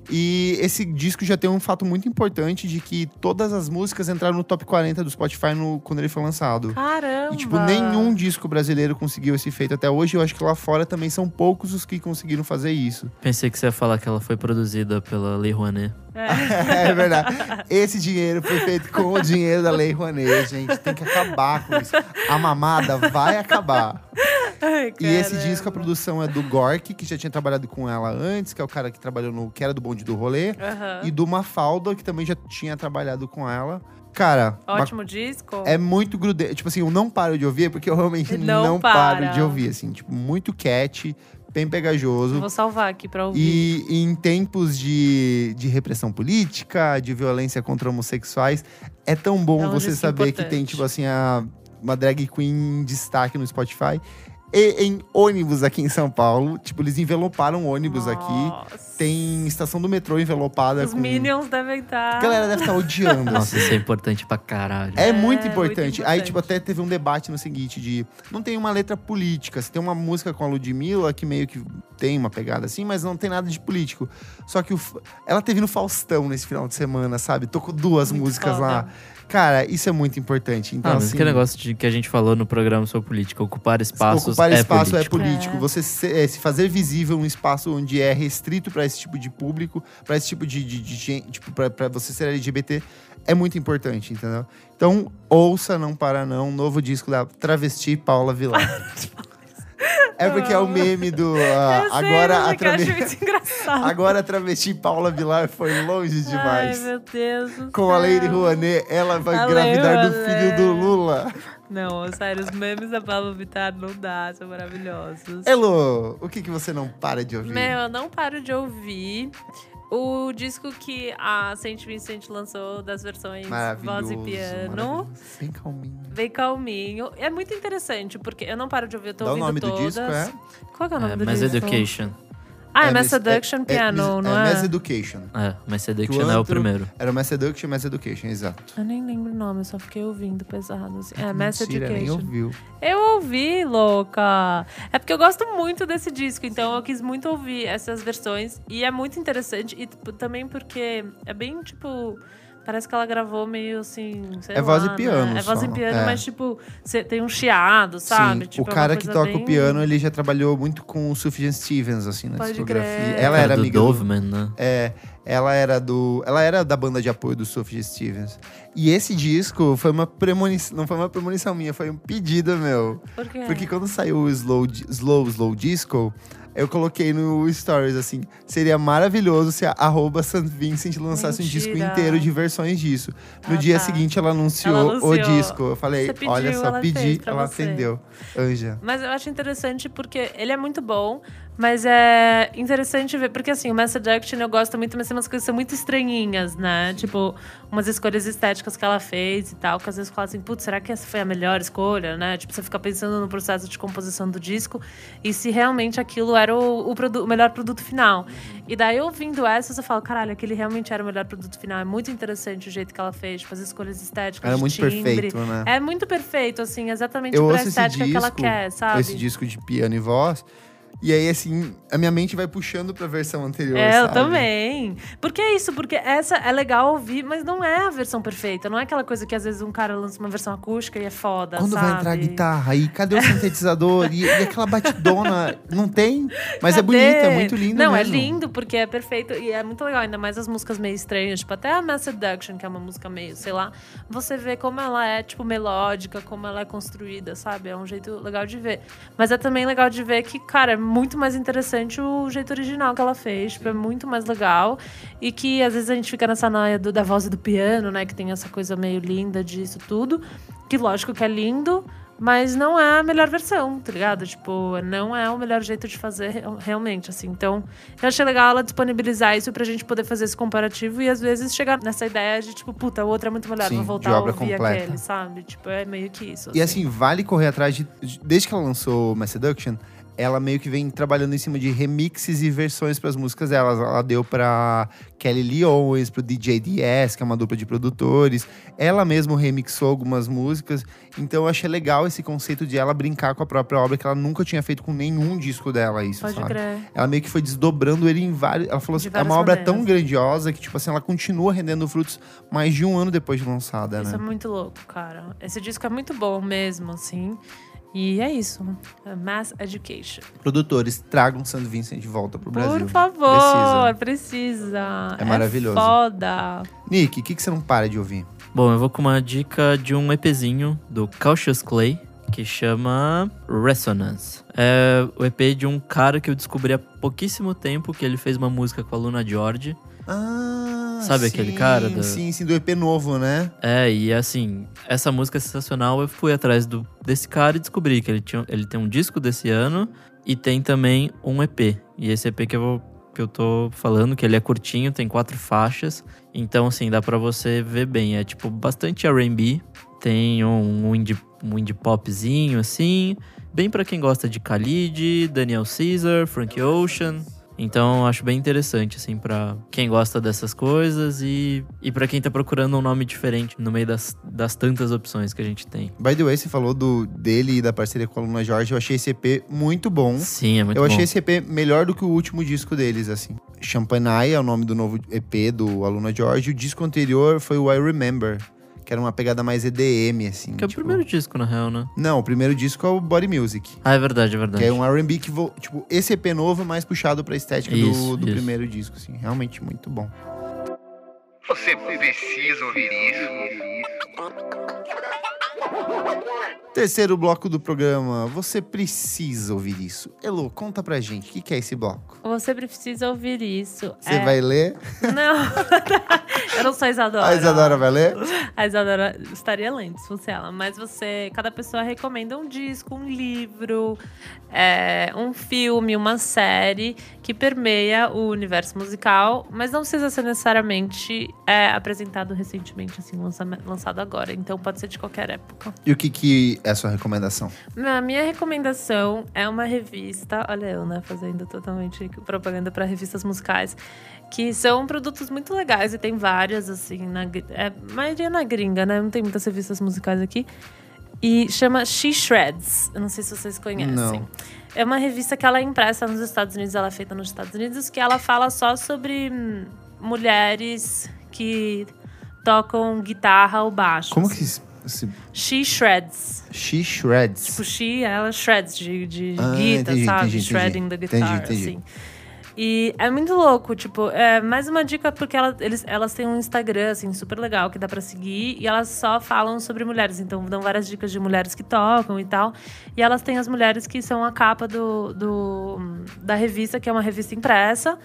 E esse disco já tem um fato muito importante de que todas as músicas entraram no top 40 do Spotify no- quando ele foi lançado.
Caramba!
E, tipo, nenhum disco brasileiro conseguiu esse feito até hoje. Eu acho que lá fora também são poucos os que conseguiram fazer isso.
Pensei que você ia falar que ela foi produzida pela Lei Rouanet.
É.
É verdade. Esse dinheiro foi feito com o dinheiro da Lei Rouanet, gente. Tem que acabar com isso. A mamada vai acabar.
Ai,
E esse
caramba.
disco, a produção é do Gork, que já tinha trabalhado com ela antes, que é o cara que trabalhou no Que Era do Bonde do Rolê.
Aham.
E do Mafalda, que também já tinha trabalhado com ela. Cara, uma
Ótimo disco.
é muito grude, Tipo assim, eu não paro de ouvir, porque eu realmente
Não
não, paro
para.
de ouvir, assim. Tipo, muito cat, bem pegajoso.
Vou salvar aqui pra ouvir.
E, e em tempos de, de repressão política, de violência contra homossexuais, é tão bom
É um
você
disco
saber que
importante.
tem, tipo assim, a- uma drag queen em destaque no Spotify. E em ônibus aqui em São Paulo. Tipo, eles enveloparam ônibus aqui.
Nossa.
Tem estação do metrô envelopada
Os
com...
Minions devem tá estar.
A galera deve estar odiando,
Nossa,
assim.
isso é importante pra caralho.
É, muito,
muito
importante. Aí,
importante.
tipo, até teve um debate no seguinte de... Não tem uma letra política. Você tem uma música com a Ludmilla que meio que tem uma pegada assim, mas não tem nada de político. Só que o f- ela teve no Faustão nesse final de semana, sabe? Tocou duas
Muito
músicas
foda.
lá. Cara, isso é muito importante. Então,
Ah, mas
assim,
que negócio de, que a gente falou no programa sobre política, ocupar espaços
ocupar
é
espaço
político.
é político.
É.
Você se, é, se fazer visível um espaço onde é restrito para esse tipo de público, para esse tipo de, de, de gente, tipo, pra, pra você ser LGBT, é muito importante, entendeu? Então, ouça Não Para Não, novo disco da travesti Paula Vilar. é porque é o meme do. ah,
Eu sei,
agora,
mas
a
é que eu acho
trave-
muito engraçado.
agora a travesti Paula Vilar foi longe demais.
Ai, meu Deus do
Com a Lady
céu.
Rouanet, ela vai
A Lady
engravidar do
Rouanet.
filho do Lula.
Não, sério, os memes da Pablo Vittar não dá, são
É
maravilhosos.
Elo, o que, que você não para de ouvir?
Meu, eu não paro de ouvir. O disco que a Saint Vincent lançou das versões voz e piano.
maravilhoso. Bem calminho.
Bem calminho. É muito interessante, porque eu não paro de ouvir, eu tô
Dá o
ouvindo
nome
todas.
do disco, é?
Qual que é o nome
É,
do
Mass
disco?
Education.
Ah, é,
É
Mass
Miss-
Seduction
é- é
Piano,
Miss-
não
É
é?
Mass Education.
É, Mass Education é o
antro-
primeiro.
Era Mass Education, Mass Education, exato.
Eu nem lembro o nome, eu só fiquei ouvindo pesado. Assim. É, Mass
Mentira, nem
Education.
ouviu.
Eu ouvi, louca. É porque eu gosto muito desse disco, então eu quis muito ouvir essas versões. E é muito interessante. E tipo, também porque é bem tipo. Parece que ela gravou meio assim. sei
É voz e
lá,
piano
Né? É voz e
só,
piano,
é.
mas tipo, cê tem um chiado, sabe?
Sim,
Tipo,
o
é uma
cara que
coisa
toca
bem-
o piano, ele já trabalhou muito com o Sufjan Stevens, assim, na
Pode
discografia.
crer.
Ela
Cara,
era
do
amiga do-
Doveman, né?
É, ela era do. Ela era da banda de apoio do Sophie Stevens. E esse disco foi uma premonição. Não foi uma premonição minha, foi um pedido meu.
Por quê?
Porque quando saiu o Slow, Di- Slow, Slow Disco, eu coloquei no Stories assim: seria maravilhoso se a arroba St. Vincent lançasse um disco
Mentira.
inteiro de versões disso. No
Ah,
dia
tá.
seguinte, ela anunciou,
Ela anunciou.
o disco. Eu falei:
Você pediu,
olha só,
ela fez
pedi,
pra
ela
você.
atendeu. Anja.
Mas eu acho interessante porque ele é muito bom, mas é interessante ver. Porque assim, o Mass Seduction eu gosto muito, mas tem umas coisas que são muito estranhinhas, né? Tipo, umas escolhas estéticas que ela fez e tal, que às vezes fala assim, putz, será que essa foi a melhor escolha, né? Tipo, você fica pensando no processo de composição do disco e se realmente aquilo era o, o produ- o melhor produto final. E daí, ouvindo essas, eu falo, caralho, aquele realmente era o melhor produto final. É muito interessante o jeito que ela fez, tipo, as escolhas estéticas.
Era é
de
muito
timbre.
perfeito, né?
É muito perfeito, assim, exatamente
Eu
pra
ouço esse
estética que ela
disco,
quer, sabe?
Esse disco de piano e voz. E aí, assim, a minha mente vai puxando pra versão anterior.
É, eu
sabe?
também. Porque é isso, porque essa é legal ouvir, mas não é a versão perfeita. Não é aquela coisa que às vezes um cara lança uma versão acústica e é foda,
Quando
sabe?
vai entrar a guitarra? E cadê o sintetizador? e, e aquela batidona? Não tem? Mas é
Cadê?
bonita, é muito linda
Não,
mesmo.
é lindo, porque é perfeito. E é muito legal, ainda mais as músicas meio estranhas. Tipo, até a Mass Seduction, que é uma música meio, sei lá. Você vê como ela é, tipo, melódica, como ela é construída, sabe? É um jeito legal de ver. Mas é também legal de ver que, cara, é muito mais interessante o jeito original que ela fez, tipo, é muito mais legal. E que às vezes a gente fica nessa noia do- da voz e do piano, né? Que tem essa coisa meio linda disso tudo. Que lógico que é lindo, mas não é a melhor versão, tá ligado? Tipo, não é o melhor jeito de fazer real- realmente, assim. Então, eu achei legal ela disponibilizar isso pra gente poder fazer esse comparativo e às vezes chegar nessa ideia de, tipo, puta, o outro é muito melhor,
Sim,
vou voltar
de
a
obra
ouvir
completa.
aquele, sabe? Tipo, é meio que isso.
E assim, vale correr atrás de. de- Desde que ela lançou My Seduction, ela meio que vem trabalhando em cima de remixes e versões para as músicas dela. Ela deu pra Kelly Lee Owens, pro DJ DS, que é uma dupla de produtores. Ela mesma remixou algumas músicas. Então eu achei legal esse conceito de ela brincar com a própria obra, que ela nunca tinha feito com nenhum disco dela, isso,
Pode
sabe?
crer.
Ela meio que foi desdobrando ele em vários. Ela falou
De
assim: é uma
várias
obra
maneiras.
tão grandiosa que, tipo assim, ela continua rendendo frutos mais de um ano depois de lançada,
Isso é
né?
muito louco, cara. Esse disco é muito bom mesmo, assim. E é isso. Mass Education.
Produtores, tragam San Vincent de volta pro Brasil.
Por favor, precisa.
É maravilhoso.
É foda.
Nick, o que, que você não para de ouvir?
Bom, eu vou com uma dica de um EPzinho do Cautious Clay que chama Resonance. É o EP de um cara que eu descobri há pouquíssimo tempo que ele fez uma música com a Luna George.
Ah,
Sabe aquele cara do-
Sim, sim, do EP novo, né?
É, e assim, essa música é sensacional. Eu fui atrás do, desse cara e descobri que ele, tinha, ele tem um disco desse ano e tem também um EP. E esse EP que eu, vou, que eu tô falando, que ele é curtinho, tem quatro faixas. Então, assim, dá pra você ver bem. É tipo bastante RB. Tem um, um indie, um indie popzinho, assim. Bem pra quem gosta de Khalid, Daniel Caesar, Frank Ocean. Então acho bem interessante, assim, pra quem gosta dessas coisas e, e para quem tá procurando um nome diferente no meio das, das tantas opções que a gente tem.
By the way, você falou do, dele e da parceria com a Luna Jorge. Eu achei esse EP muito bom.
Sim, é muito
Uhum. eu
bom.
achei esse EP melhor do que o último disco deles, assim. Champagne é o nome do novo EP do Aluna Jorge. O disco anterior foi o I Remember, que era uma pegada mais EDM, assim.
Que é o
tipo-
primeiro disco, na real, né?
Não, o primeiro disco é o Body Music.
Ah, é verdade, é verdade.
Que é um R&B que, vo- tipo, esse EP novo é mais puxado pra estética
Isso,
do, do
isso.
primeiro disco, assim. Realmente muito bom.
Você precisa ouvir isso.
Terceiro bloco do programa, você precisa ouvir isso. Elo, conta pra gente, o que, que é esse bloco?
Você precisa ouvir isso.
Você
É-
vai ler?
Não. Eu não sou a Isadora.
A Isadora vai ler?
A Isadora estaria lendo se fosse ela. Mas você. Cada pessoa recomenda um disco, um livro, é, um filme, uma série que permeia o universo musical, mas não precisa ser necessariamente é, apresentado recentemente, assim, lança- lançado agora. Então pode ser de qualquer época.
E o que, que é a sua recomendação?
A minha recomendação é uma revista, olha eu, né, fazendo totalmente propaganda para revistas musicais, que são produtos muito legais e tem várias, assim, na, gr- é, a maioria na gringa, né, não tem muitas revistas musicais aqui. E chama She Shreds, eu não sei se vocês conhecem.
Não.
É uma revista que ela é impressa nos Estados Unidos, ela é feita nos Estados Unidos, que ela fala só sobre hum, mulheres que tocam guitarra ou baixo.
Como
assim.
que se... se
She Shreds.
she shreds?
Tipo, she, ela shreds de, de
Ah,
guitar,
entendi,
sabe?
entendi, entendi.
Shredding da
Entendi,
guitarra,
entendi.
assim. E é muito louco, tipo, é mais uma dica porque ela, eles, elas têm um Instagram, assim, super legal, que dá pra seguir, e elas só falam sobre mulheres, então dão várias dicas de mulheres que tocam e tal. E elas têm as mulheres que são a capa do, do- da revista, que é uma revista impressa.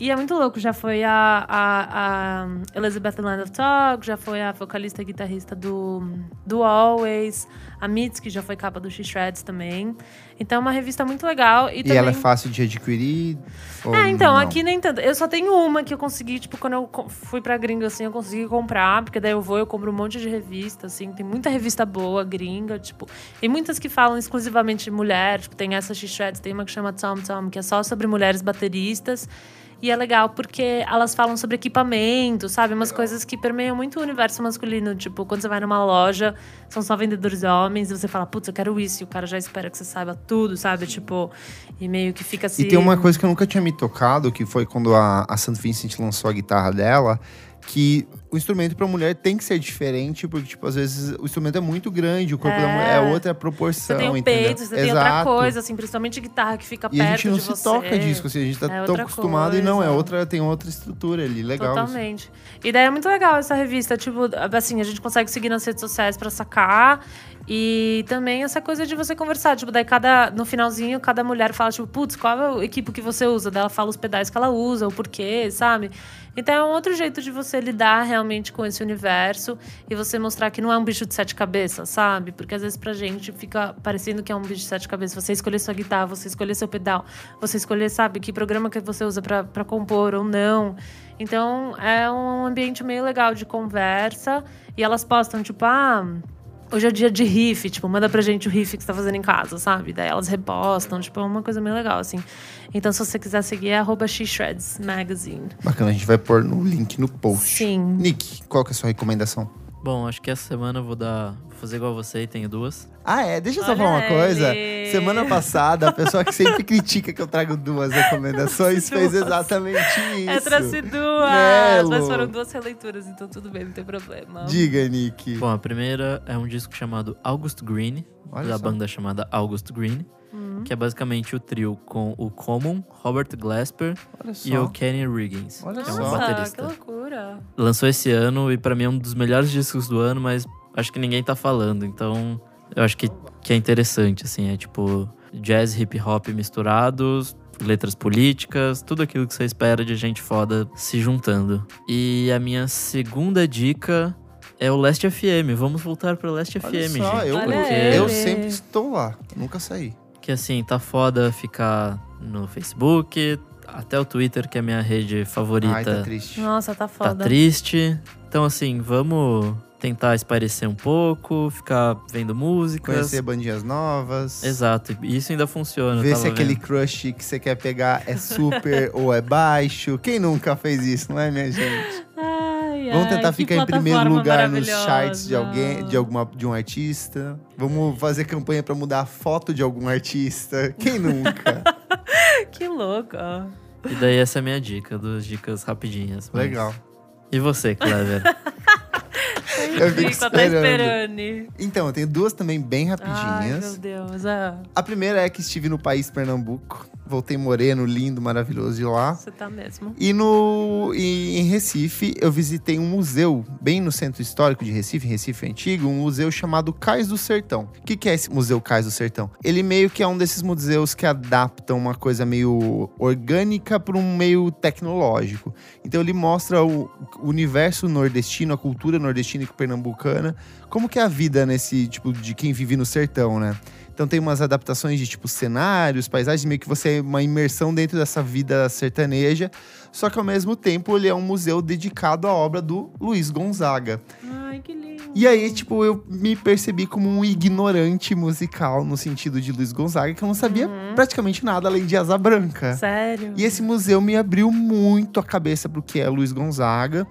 E é muito louco, já foi a, a, a Elizabeth Land of Talk, já foi a vocalista e guitarrista do, do Always, a Mitz, que já foi capa do She-Shreds também. Então é uma revista muito legal. E,
e
também...
ela é fácil de adquirir? ou
É, então,
não?
aqui nem tanto. Eu só tenho uma que eu consegui, tipo, quando eu co- fui pra gringa, assim, eu consegui comprar, porque daí eu vou, eu compro um monte de revista, assim, tem muita revista boa, gringa, tipo, e muitas que falam exclusivamente de mulher, tipo, tem essa X-Shreds, tem uma que chama Tom Tom, que é só sobre mulheres bateristas. E é legal porque elas falam sobre equipamento, sabe? Umas coisas que permeiam muito o universo masculino. Tipo, quando você vai numa loja, são só vendedores homens, e você fala, putz, eu quero isso, e o cara já espera que você saiba tudo, sabe? Tipo, e meio que fica assim.
E tem uma coisa que eu nunca tinha me tocado, que foi quando a, a St. Vincent lançou a guitarra dela, que o instrumento pra mulher tem que ser diferente, porque, tipo, às vezes o instrumento é muito grande, o corpo
É.
da mulher é outra
Você
proporção,
tem o
entendeu?
peito, você tem outra coisa, assim, principalmente guitarra que fica
E
perto
a gente não
de
se
você.
toca disso, assim, a gente tá
É
tão
outra
acostumado e não, é
coisa.
outra, tem outra estrutura ali, legal isso.
Totalmente. E daí é muito legal essa revista. Tipo, assim, a gente consegue seguir nas redes sociais pra sacar. E também essa coisa de você conversar. Tipo, daí cada. No finalzinho, cada mulher fala, tipo, putz, qual é o equipo que você usa? Daí ela fala os pedais que ela usa, o porquê, sabe? Então é um outro jeito de você lidar realmente com esse universo e você mostrar que não é um bicho de sete cabeças, sabe? Porque às vezes pra gente fica parecendo que é um bicho de sete cabeças. Você escolher sua guitarra, você escolher seu pedal, você escolher, sabe, que programa que você usa pra pra compor ou não. Então é um ambiente meio legal de conversa. E elas postam, tipo, ah. Hoje é dia de riff, tipo, manda pra gente o riff que você tá fazendo em casa, sabe? Daí elas repostam, tipo, é uma coisa meio legal, assim. Então, se você quiser seguir, é arroba Shreds Magazine.
Bacana, a gente vai pôr no link no post.
Sim.
Nick, qual que é a sua recomendação?
Bom, acho que essa semana eu vou dar. Vou fazer igual você e tenho duas.
Ah, é, deixa eu só
Olha
falar uma coisa.
ele.
Semana passada, a pessoa que sempre critica que eu trago duas recomendações fez
Duas. É
exatamente isso. Né,
Eu trouxe duas,
Melo.
mas foram duas releituras, então tudo bem, não tem problema.
Diga, Nick.
Bom, a primeira é um disco chamado August Green,
Olha
da
só.
banda chamada August Green, que é basicamente o trio com o Common, Robert Glasper
Olha
e o Kenny Riggins,
Olha
que é
Nossa,
um
só.
que
baterista.
loucura.
Lançou esse ano e pra mim é um dos melhores discos do ano, mas acho que ninguém tá falando, então eu acho que, que é interessante, assim, é tipo jazz, hip hop misturados, letras políticas, tudo aquilo que você espera de gente foda se juntando. E a minha segunda dica é o Last FM. Vamos voltar pra Last
Olha
FM,
só,
gente.
eu,
Olha
porque-
ele.
eu sempre estou lá, nunca saí.
que assim, tá foda ficar no Facebook, até o Twitter, que é a minha rede favorita,
Ai, tá triste.
Nossa, tá
tá
foda.
triste. Então, assim, vamos tentar esparecer um pouco, ficar vendo músicas.
Conhecer bandinhas novas.
Exato, e isso ainda funciona.
Ver
tava
se é aquele
vendo.
crush que você quer pegar é super ou é baixo. Quem nunca fez isso, não é, minha gente?
Ai,
Vamos
ai,
tentar
que
ficar em primeiro
plataforma
lugar nos
maravilhosa.
charts de alguém, de alguma, de um artista. Vamos fazer campanha pra mudar a foto de algum artista. Quem nunca?
Que louco.
E daí essa é a minha dica, duas dicas rapidinhas. mas-
Legal.
E você, Clever?
Eu fico
Tá
esperando.
esperando.
Então, eu tenho duas também bem
Ai, meu
rapidinhas.
Deus. Ah,
a primeira é que estive no país Pernambuco. Voltei moreno, lindo, maravilhoso de lá.
você tá mesmo.
E no e em Recife, eu visitei um museu, bem no centro histórico de Recife, em Recife Antigo, um museu chamado Cais do Sertão. O que, que é esse Museu Cais do Sertão? Ele meio que é um desses museus que adaptam uma coisa meio orgânica para um meio tecnológico. Então ele mostra o o universo nordestino, a cultura nordestina e pernambucana, como que é a vida nesse tipo de quem vive no sertão, né? Então tem umas adaptações de tipo cenários, paisagens, meio que você é uma imersão dentro dessa vida sertaneja. Só que ao mesmo tempo ele é um museu dedicado à obra do Luiz Gonzaga.
Ai, que lindo.
E aí, tipo, eu me percebi como um ignorante musical no sentido de Luiz Gonzaga, que eu não sabia praticamente nada além de Asa Branca.
Sério?
E esse museu me abriu muito a cabeça pro que é Luiz Gonzaga.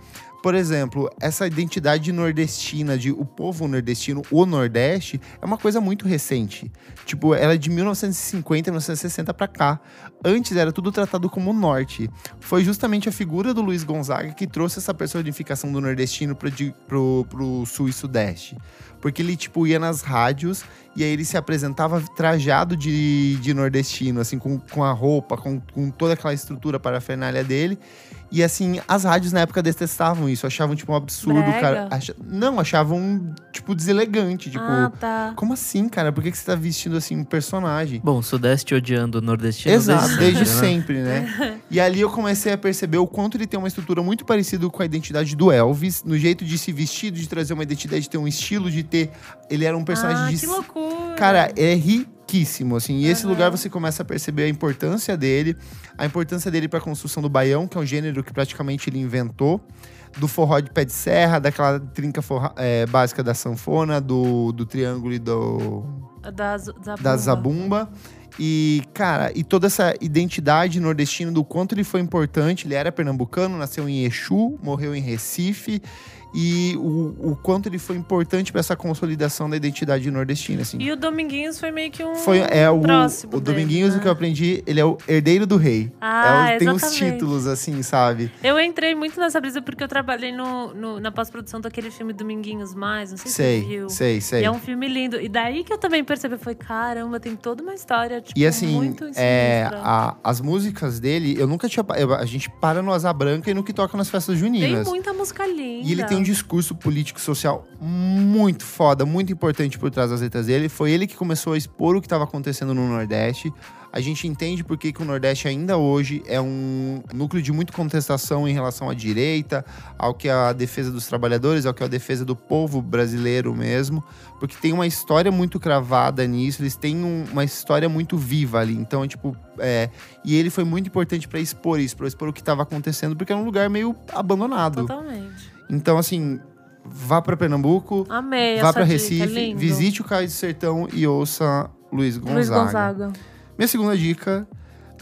Por exemplo, essa identidade nordestina de o povo nordestino, o Nordeste, é uma coisa muito recente. Tipo, ela é de 1950, 1960 pra cá. Antes era tudo tratado como Norte. Foi justamente a figura do Luiz Gonzaga que trouxe essa personificação do nordestino pro, di- pro, pro Sul e Sudeste. Porque ele, tipo, ia nas rádios e aí ele se apresentava trajado de, de nordestino, assim, com, com a roupa, com, com toda aquela estrutura parafernália dele. E assim, as rádios na época detestavam isso, achavam, tipo, um absurdo,
Brega.
cara. Acha- Não, achavam, tipo, deselegante. Tipo,
Ah, tá.
como assim, cara? Por que, que você tá vestindo assim um personagem?
Bom, Sudeste odiando o Nordestino
Exato, Tipo, desde
né?
sempre, né? E ali eu comecei a perceber o quanto ele tem uma estrutura muito parecida com a identidade do Elvis, no jeito de se vestir, de trazer uma identidade, de ter um estilo, de ter. Ele era um personagem
ah,
de
que loucura.
Cara, é riquíssimo, assim. E esse
Aham.
lugar você começa a perceber a importância dele, a importância dele para a construção do baião, que é um gênero que praticamente ele inventou, do forró de pé de serra, daquela trinca forra- é, básica da sanfona, do, do triângulo e do,
da, zabumba.
da zabumba. E, cara, e toda essa identidade nordestina do quanto ele foi importante. Ele era pernambucano, nasceu em Exu, morreu em Recife. e o, o quanto ele foi importante pra essa consolidação da identidade nordestina, assim.
E o Dominguinhos foi meio que um
Foi, é o,
próximo
o
dele,
Dominguinhos,
né?
o que eu aprendi, ele é o herdeiro do rei.
Ah,
É o- tem uns
exatamente.
títulos, assim, sabe?
Eu entrei muito nessa brisa porque eu trabalhei no, no- na pós-produção daquele filme Dominguinhos Mais, não sei se você
Sei,
viu.
sei, sei.
E é um filme lindo. E daí que eu também percebi, foi caramba, tem toda uma história, tipo,
E assim,
muito
é,
sinistra.
a- as músicas dele, eu nunca tinha. pa- eu- a gente para no Asa Branca e no que toca nas festas
Tem
juninas.
muita música linda.
E ele tem um discurso político-social muito foda, muito importante por trás das letras dele. Foi ele que começou a expor o que estava acontecendo no Nordeste. A gente entende por que, que o Nordeste ainda hoje é um núcleo de muita contestação em relação à direita, ao que é a defesa dos trabalhadores, ao que é a defesa do povo brasileiro mesmo, porque tem uma história muito cravada nisso, eles têm um- uma história muito viva ali. Então, é tipo, é, e ele foi muito importante para expor isso, para expor o que estava acontecendo, porque era um lugar meio abandonado.
Totalmente.
Então, assim, vá pra Pernambuco,
Amei
vá
essa
pra
dica, é
Recife,
lindo.
visite o Cais do Sertão e ouça Luiz Gonzaga.
Luiz Gonzaga.
Minha segunda dica.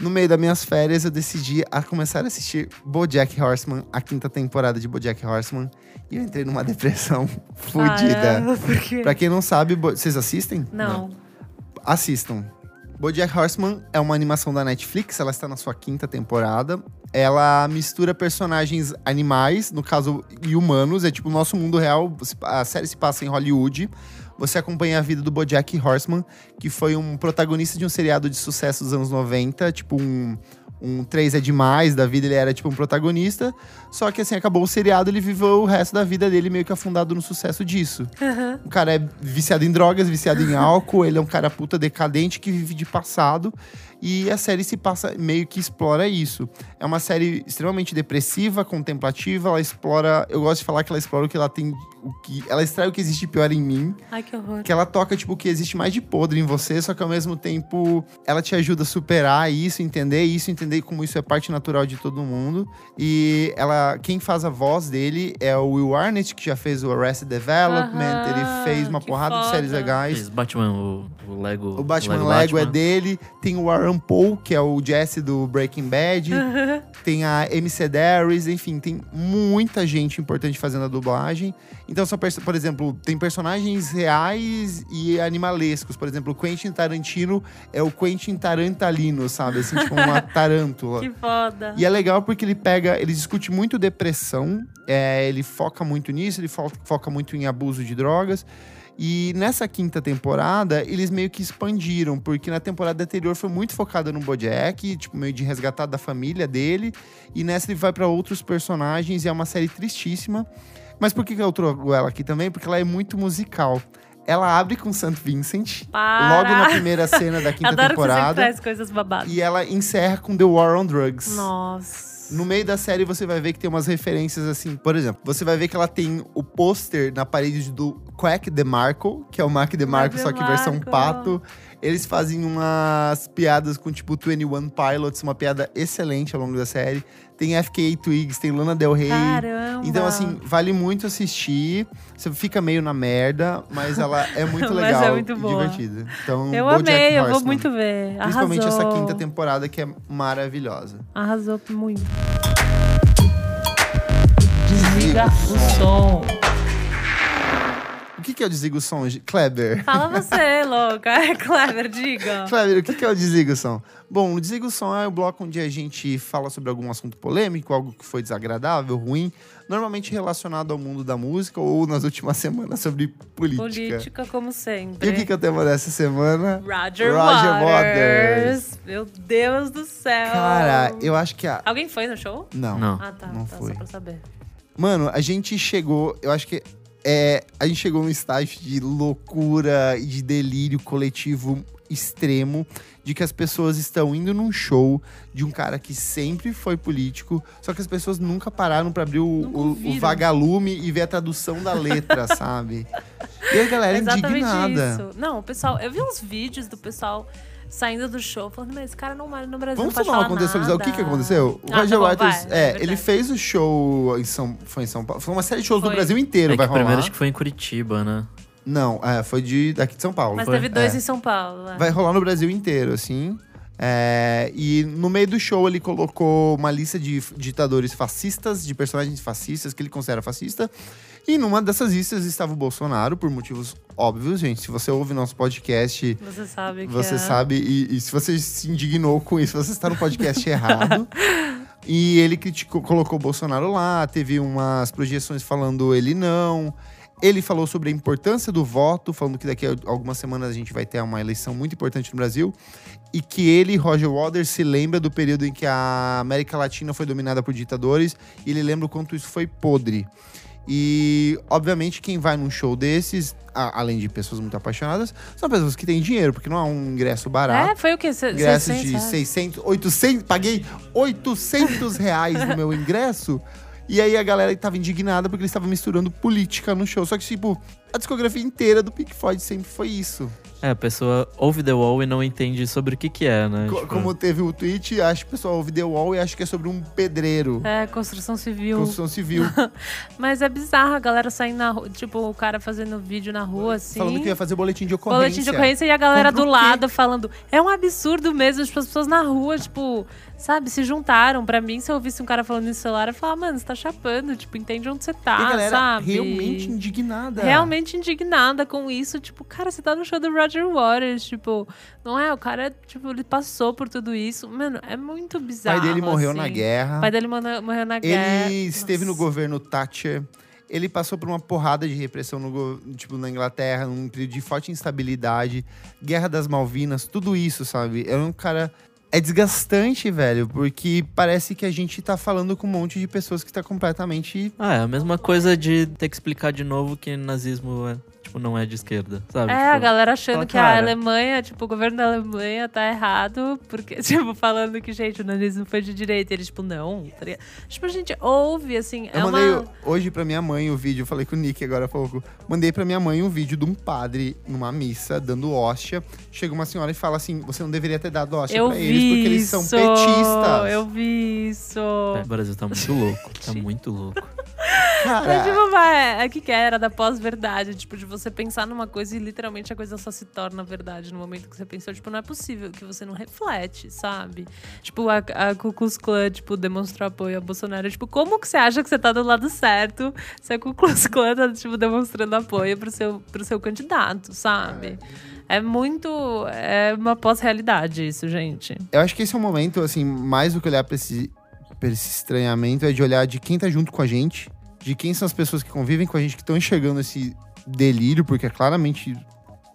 No meio das minhas férias, eu decidi a começar a assistir BoJack Horseman, a quinta temporada de BoJack Horseman, e eu entrei numa depressão
Ah,
fodida.
Caramba, por quê?
Pra quem não sabe, Bo- vocês assistem?
é. Não.
assistam. BoJack Horseman é uma animação da Netflix, ela está na sua quinta temporada. Ela mistura personagens animais, no caso, e humanos. É tipo o nosso mundo real, se- a série se passa em Hollywood. Você acompanha a vida do BoJack Horseman, que foi um protagonista de um seriado de sucesso dos anos 90, tipo um... Um 3 é demais da vida, ele era tipo um protagonista. Só que assim, acabou o seriado, ele viveu o resto da vida dele meio que afundado no sucesso disso. O cara é viciado em drogas, viciado em álcool, ele é um cara puta decadente que vive de passado. E a série se passa, meio que explora isso. É uma série extremamente depressiva, contemplativa, ela explora. Eu gosto de falar que ela explora o que ela tem. O que, ela extrai o que existe de pior em mim.
Ai, que horror.
Que ela toca, tipo, o que existe mais de podre em você, só que ao mesmo tempo ela te ajuda a superar isso, entender isso, entender como isso é parte natural de todo mundo. E ela, quem faz a voz dele é o Will Arnett, que já fez o Arrested Development,
Aham,
ele fez uma
que
porrada de séries
foda.
legais.
Esse Batman, o, o Lego.
O Batman Lego, é
Batman.
dele, tem o Aaron Paul, que é o Jesse do Breaking Bad, tem a MC Darius, enfim, tem muita gente importante fazendo a dublagem. Então, são, perso- por exemplo, tem personagens reais e animalescos. Por exemplo, o Quentin Tarantino é o Quentin Tarantalino, sabe? Assim, tipo uma tarântula.
Que foda.
E é legal porque ele pega, ele discute muito depressão, é, ele foca muito nisso, ele fo- foca muito em abuso de drogas. E nessa quinta temporada, eles meio que expandiram, porque na temporada anterior foi muito focada no Bojack, tipo, meio de resgatar da família dele. E nessa ele vai pra outros personagens e é uma série tristíssima. Mas por que que eu trago ela aqui também? Porque ela é muito musical. Ela abre com St. Vincent,
Para.
logo na primeira cena da quinta
Adoro que você
temporada.
traz coisas babadas.
E é ela encerra com The War on Drugs.
Nossa.
No meio da série você vai ver que tem umas referências assim. Por exemplo, você vai ver que ela tem o pôster na parede do Quack DeMarco, que é o Mark DeMarco, só que versão
DeMarco.
pato. Eles fazem umas piadas com tipo 21 Pilots, uma piada excelente ao longo da série. Tem FKA Twigs, tem Lana Del Rey.
Caramba.
Então, assim, vale muito assistir. Você fica meio na merda, mas ela é muito
Mas
legal
é muito
e
boa.
divertida. Então,
Eu
BoJack
amei, eu vou
Horseman.
muito ver.
Principalmente
Arrasou.
essa quinta temporada que é maravilhosa.
Arrasou muito.
Desliga o som.
O que, que é o desligo som, Gi- Kleber?
Fala você, louca. É Clever, diga.
Kleber, o que que é o desligo som? Bom, o desligo som é o bloco onde a gente fala sobre algum assunto polêmico, algo que foi desagradável, ruim, normalmente relacionado ao mundo da música ou nas últimas semanas sobre política.
Política, como
E
sempre.
o
né?
que, que é o tema dessa semana?
Roger,
Roger
Waters. Meu Deus do
É
céu.
Cara, eu acho que a.
Alguém foi no show?
Não.
Não.
Ah, tá.
Não
tá
fui.
Só pra saber.
Mano, a gente chegou, eu acho que é, a gente chegou num estágio de loucura e de delírio coletivo extremo, de que as pessoas estão indo num show de um cara que sempre foi político, só que as pessoas nunca pararam pra abrir o, o- o
ouviram.
vagalume e ver a tradução da letra, sabe? E a galera
Exatamente
indignada.
isso. Não, o pessoal, eu vi uns vídeos do pessoal saindo do show falando, mas esse cara não mora no Brasil.
Vamos
não pode
só
falar
contextualizar o
nada."
que, que aconteceu? O
Ah,
Roger
tá bom,
Waters,
vai,
é,
verdade.
ele fez o show em São, foi em São Paulo, foi uma série de shows do
Foi.
Brasil
É
inteiro,
que
vai rolar.
primeiro acho que foi em Curitiba, né?
Não, é, foi de daqui de São Paulo.
Mas
Foi.
teve dois
É.
em São Paulo. é.
Vai rolar no Brasil inteiro, assim. É, e no meio do show ele colocou uma lista de f- ditadores fascistas, de personagens fascistas que ele considera fascista. E numa dessas listas estava o Bolsonaro, por motivos óbvios, gente. Se você ouve nosso podcast,
Você sabe que
você
é.
sabe. E, e se você se indignou com isso, você está no podcast errado. E ele criticou, colocou o Bolsonaro lá, teve umas projeções falando ele não. Ele falou sobre a importância do voto, falando que daqui a algumas semanas a gente vai ter uma eleição muito importante no Brasil. E que ele, Roger Waters, se lembra do período em que a América Latina foi dominada por ditadores. E ele lembra o quanto isso foi podre. E, obviamente, quem vai num show desses, a- além de pessoas muito apaixonadas, são pessoas que têm dinheiro, porque não é um ingresso barato.
É, foi o quê? Se-
ingressos
600
de
reais?
600, 800, paguei 800 reais no meu ingresso. E aí a galera tava indignada porque eles estavam misturando política no show. Só que, tipo, a discografia inteira do Pink Floyd sempre foi isso.
É, a pessoa ouve The Wall e não entende sobre o que que é, né?
Co-
Tipo,
Como teve o tweet, acho que o pessoal ouve The Wall e acha que é sobre um pedreiro.
É, construção civil.
Construção civil,
Mas é bizarro a galera saindo na rua, tipo, o cara fazendo vídeo na rua, assim.
falando que ia fazer boletim de ocorrência.
Boletim de ocorrência e a galera
Contra
do
o quê?
lado falando. É um absurdo mesmo, tipo, as pessoas na rua, tipo, sabe, se juntaram. Pra mim, se eu ouvisse um cara falando isso no celular, eu falava, mano, você tá chapando, tipo, entende onde você
E a
tá,
galera
sabe?
realmente indignada.
Realmente indignada com isso, tipo, cara, você tá no show do Roger Waters, tipo, não é? O cara, tipo, ele passou por tudo isso. Mano, é muito
O
bizarro.
pai dele morreu na
assim.
guerra.
O pai dele mora- morreu na guerra.
Ele esteve no
É, Nossa.
governo Thatcher. Ele passou por uma porrada de repressão no, go- tipo, na Inglaterra, num período de forte instabilidade, Guerra das Malvinas, tudo isso, sabe? É um cara. É desgastante, velho, porque parece que a gente tá falando com um monte de pessoas que tá completamente.
Ah, é a mesma coisa de ter que explicar de novo que nazismo é, tipo, não é de esquerda, sabe?
É, a
Tipo,
galera achando
fala,
que
cara.
a Alemanha, tipo, o governo da Alemanha tá errado, porque, tipo, falando que, gente, o nazismo foi de direita. Eles, tipo, não. tá ligado? Tipo, a gente ouve, assim, é
Eu mandei
uma...
hoje pra minha mãe o vídeo, eu falei com o Nick agora há pouco. Mandei pra minha mãe um vídeo de um padre numa missa, dando hóstia. Chega uma senhora e fala assim: você não deveria ter dado hóstia
Eu
é pra
vi
eles, porque eles são
isso,
petistas.
Eu vi isso.
é, o Brasil tá muito louco, tá muito louco.
Cara,
Mas, tipo, vai, é que que era da pós-verdade, tipo, de você pensar numa coisa e literalmente a coisa só se torna verdade no momento que você pensou. Tipo, não é possível que você não reflete, sabe? Tipo, a, a Ku Klux Klan, tipo, demonstrou apoio a Bolsonaro. Tipo, como que você acha que você tá do lado certo se a Ku Klux Klan tá, tipo, demonstrando apoio pro seu, pro seu candidato, sabe? É muito... É uma pós-realidade isso, gente.
Eu acho que esse é um momento, assim, mais do que olhar pra esse, pra esse estranhamento, é de olhar de quem tá junto com a gente, de quem são as pessoas que convivem com a gente, que estão enxergando esse delírio, porque é claramente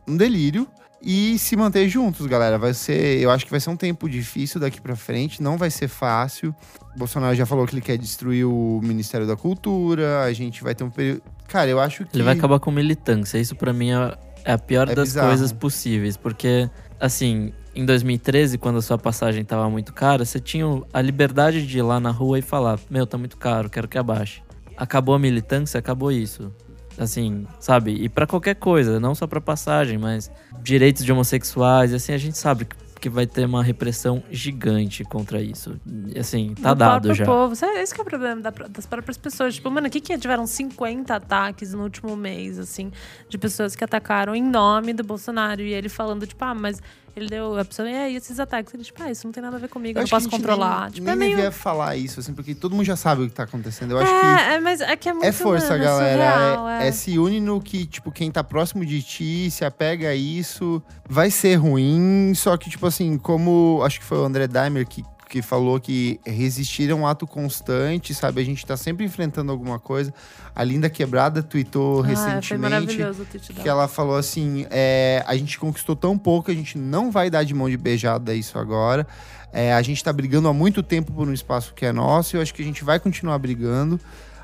um delírio, e se manter juntos, galera. Vai ser, eu acho que vai ser um tempo difícil daqui pra frente, não vai ser fácil. Bolsonaro já falou que ele quer destruir o Ministério da Cultura, a gente vai ter um período. Cara, eu acho que.
Ele vai acabar com militância. Isso pra mim é é a pior
É
das
bizarro.
coisas possíveis, porque assim, em 2013, quando a sua passagem tava muito cara, você tinha a liberdade de ir lá na rua e falar: "Meu, tá muito caro, quero que abaixe". Acabou a militância, acabou isso. Assim, sabe? E pra qualquer coisa, não só pra passagem, mas direitos de homossexuais, assim, a gente sabe que- que vai ter uma repressão gigante contra isso. E, Assim, tá
do
dado
próprio
já.
povo. Sabe, Esse que é o problema da pró- das próprias pessoas. Tipo, mano, o que que tiveram 50 ataques no último mês, assim, de pessoas que atacaram em nome do Bolsonaro. E ele falando, tipo, ah, mas ele deu a pessoa, e aí esses ataques? Ele, tipo, ah, isso não tem nada a ver comigo, eu não
acho que a
posso
gente
controlar.
Nem,
tipo,
nem
é meio...
devia falar isso, assim, porque todo mundo já sabe o que tá acontecendo. Eu acho que.
É, é, mas é que é muito,
É força,
mano,
galera.
surreal,
é, é se une no que, tipo, quem tá próximo de ti, se apega a isso. Vai ser ruim, só que, tipo assim, como acho que foi o André Daimer que, que falou que resistir é um ato constante, sabe? A gente tá sempre enfrentando alguma coisa. A Linda Quebrada tweetou
Ah, foi
recentemente
maravilhoso o tweet
que
dela.
ela falou assim: é, a gente conquistou tão pouco, a gente não vai dar de mão de beijada isso agora. É, a gente tá brigando há muito tempo por um espaço que é nosso e eu acho que a gente vai continuar brigando.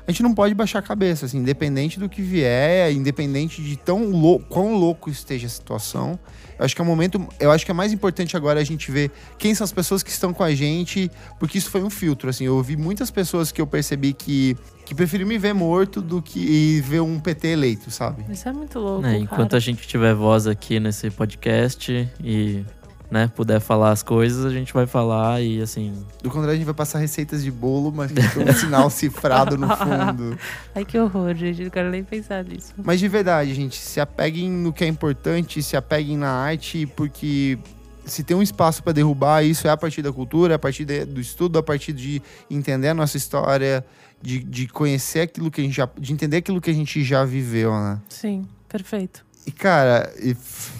A gente não pode baixar a cabeça, assim, independente do que vier, independente de tão lou quão louco esteja a situação. Eu acho que é o momento. Eu acho que é mais importante agora a gente ver quem são as pessoas que estão com a gente, porque isso foi um filtro, assim. Eu ouvi muitas pessoas que eu percebi que, que preferiam me ver morto do que ver um PT eleito, sabe?
Isso é muito louco,
né,
cara.
enquanto a gente tiver voz aqui nesse podcast e né, puder falar as coisas, a gente vai falar e assim.
Do contrário, a gente vai passar receitas de bolo, mas com um sinal cifrado no fundo.
Ai, que horror, gente. Não quero nem pensar nisso.
Mas de verdade, gente, se apeguem no que é importante, se apeguem na arte, porque se tem um espaço para derrubar isso é a partir da cultura, a partir de- do estudo, a partir de entender a nossa história, de, de conhecer aquilo que a gente já, de entender aquilo que a gente já viveu, né?
Sim, perfeito.
E cara, e f-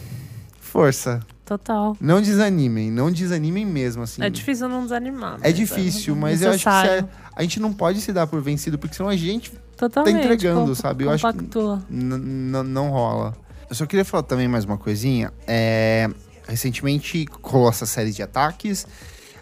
força,
Total.
não desanimem, não desanimem mesmo assim.
É difícil né? não desanimar.
É difícil, mas eu acho que isso é- a gente não pode se dar por vencido, porque senão a gente
Totalmente.
tá entregando,
compa-
sabe? Eu acho que-
compactua.
N- n- não rola. Eu só queria falar também mais uma coisinha. É, recentemente rolou essa série de ataques.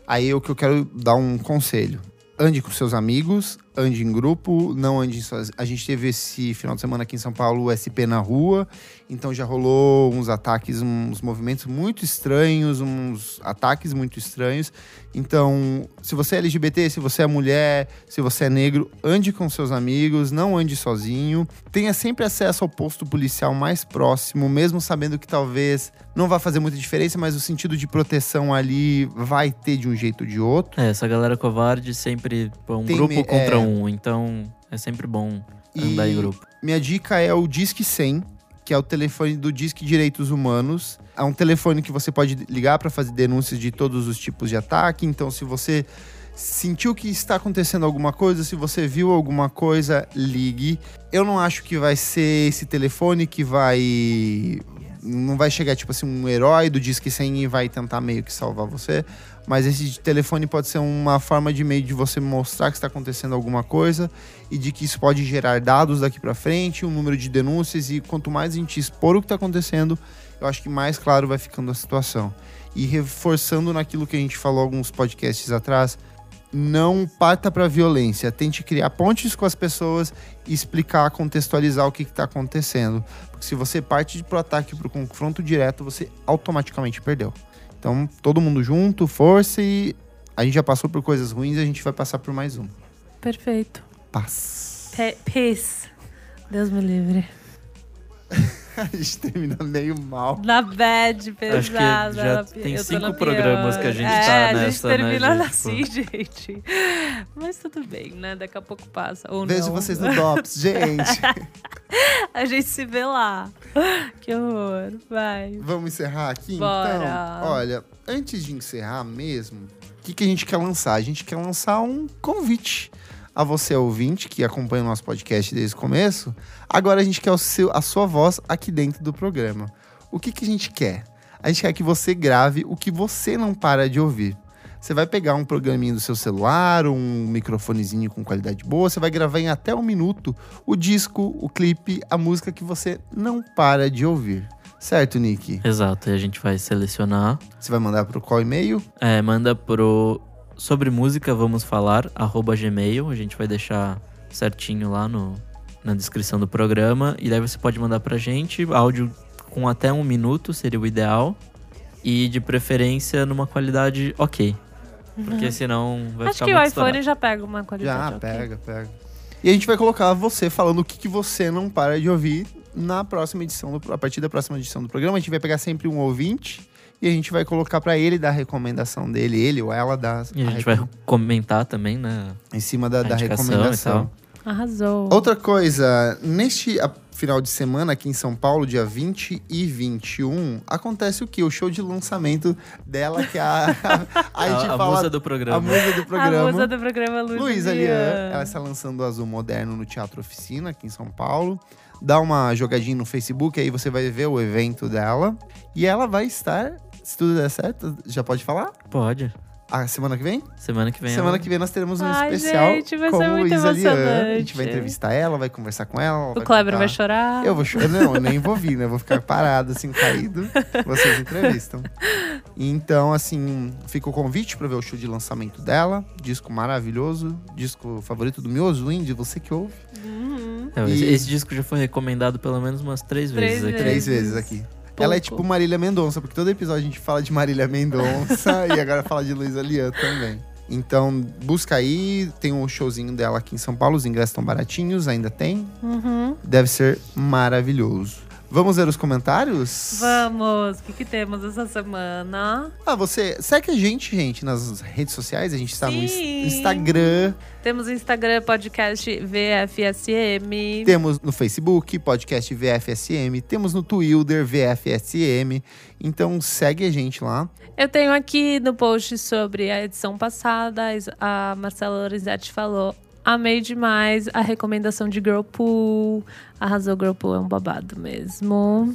Aí o que eu quero dar um conselho. Ande com seus amigos, ande em grupo, não ande sozinho. A gente teve esse final de semana aqui em São Paulo o SP na rua, então já rolou uns ataques, uns movimentos muito estranhos, uns ataques muito estranhos. Então, se você é LGBT, se você é mulher, se você é negro, ande com seus amigos, não ande sozinho tenha sempre acesso ao posto policial mais próximo, mesmo sabendo que talvez não vá fazer muita diferença, mas o sentido de proteção ali vai ter de um jeito ou de outro.
É, essa galera covarde sempre pô, é um
Tem
grupo
me-
contra
é.
um, então é sempre bom andar
E-
em grupo.
Minha dica é o Disque 100, que é o telefone do Disque Direitos Humanos. É um telefone que você pode ligar para fazer denúncias de todos os tipos de ataque. Então, se você sentiu que está acontecendo alguma coisa, se você viu alguma coisa, ligue. Eu não acho que vai ser esse telefone que vai não vai chegar tipo assim um herói do Disque 100 e vai tentar meio que salvar você, mas esse telefone pode ser uma forma de meio de você mostrar que está acontecendo alguma coisa e de que isso pode gerar dados daqui para frente, um número de denúncias e quanto mais a gente expor o que tá acontecendo, eu acho que mais claro vai ficando a situação. E reforçando naquilo que a gente falou alguns podcasts atrás, não parta para violência, tente criar pontes com as pessoas e explicar, contextualizar o que está acontecendo, porque se você parte pro ataque pro confronto direto, você automaticamente perdeu. Então, todo mundo junto, força e a gente já passou por coisas ruins, a gente vai passar por mais um. uma.
Perfeito.
Paz.
Pe peace. Deus me livre.
A gente terminou meio mal.
Na bad, pesada.
Acho que já
na pi-
tem
eu tô
cinco
na pior.
programas que a gente
é,
tá
A gente
nessa, né,
termina
gente?
assim, gente. Mas tudo bem, né? Daqui a pouco passa. Ou
Vejo
não.
vocês no DOPS, gente.
A gente se vê lá. Que horror. Vai.
Vamos encerrar aqui,
Bora.
então? Olha, antes de encerrar mesmo, o que, que a gente quer lançar? A gente quer lançar um convite a você, ouvinte, que acompanha o nosso podcast desde o começo. Agora a gente quer o seu, a sua voz aqui dentro do programa. O que, que a gente quer? A gente quer que você grave o que você não para de ouvir. Você vai pegar um programinha do seu celular, um microfonezinho com qualidade boa, você vai gravar em até um minuto o disco, o clipe, a música que você não para de ouvir. Certo, Nick?
Exato, e a gente vai selecionar.
Você vai mandar pro qual e-mail?
É, manda pro sobre música vamos falar arroba gmail. A gente vai deixar certinho lá no, na descrição do programa e daí você pode mandar pra gente áudio com até um minuto seria o ideal e de preferência numa qualidade ok, porque senão vai
Uhum. Acho
ficar
que
muito
o
estourado.
iPhone já pega uma qualidade.
Já,
ok.
pega, pega. E a gente vai colocar você falando o que, que você não para de ouvir na próxima edição, do, a partir da próxima edição do programa. A gente vai pegar sempre um ouvinte e a gente vai colocar pra ele dar a recomendação dele, ele ou ela dá
E a gente
a
vai
recom-
comentar também, né?
em cima da,
a
da
indicação e
recomendação.
tal.
Arrasou.
Outra coisa, neste a- final de semana aqui em São Paulo, dia 20 e 21, acontece o quê? O show de lançamento dela, que é a, a, a
A,
gente
a
fala
musa do
a
programa.
musa do programa.
A musa do programa Luiz.
Luísa Lian, é, ela está lançando o Azul Moderno no Teatro Oficina, aqui em São Paulo. Dá uma jogadinha no Facebook, aí você vai ver o evento dela. E ela vai estar, se tudo der certo, já pode falar?
Pode.
A semana que vem?
Semana que vem. é
semana que vem nós teremos um
Ai,
especial
gente, vai
com
ser muito
Luísa Lian. é. A gente
emocionante.
vai entrevistar ela, vai conversar com ela. ela
O Kleber vai
contar.
chorar.
é tá? Eu vou chorar. Não, eu nem vou vir, né? Eu vou ficar parado, assim, caído. Vocês entrevistam. Então, assim, fica o convite pra ver o show de lançamento dela. Disco maravilhoso. Disco favorito do Miozo Indie, você que ouve.
Uhum.
É, esse,
E-
esse disco já foi recomendado pelo menos umas três,
Três
vezes aqui.
Três
Vezes.
vezes aqui. Ela é tipo
Pouco.
Marília Mendonça, porque todo episódio a gente fala de Marília Mendonça e agora fala de Luísa Lian também. Então, busca aí, tem um showzinho dela aqui em São Paulo, os ingressos estão baratinhos, ainda tem.
Uhum.
Deve ser maravilhoso. Vamos ver os comentários?
Vamos, o que, que temos essa semana?
Ah, você segue a gente, gente, nas redes sociais. A gente está no ins-
Sim.
Instagram,
Temos o Instagram, podcast VFSM.
temos no Facebook, podcast VFSM, temos no Twitter, VFSM. Então segue a gente lá.
Eu tenho aqui no post sobre a edição passada, a Marcela Lorenzetti falou. Amei demais a recomendação de Girlpool. Arrasou Girlpool, é um babado mesmo.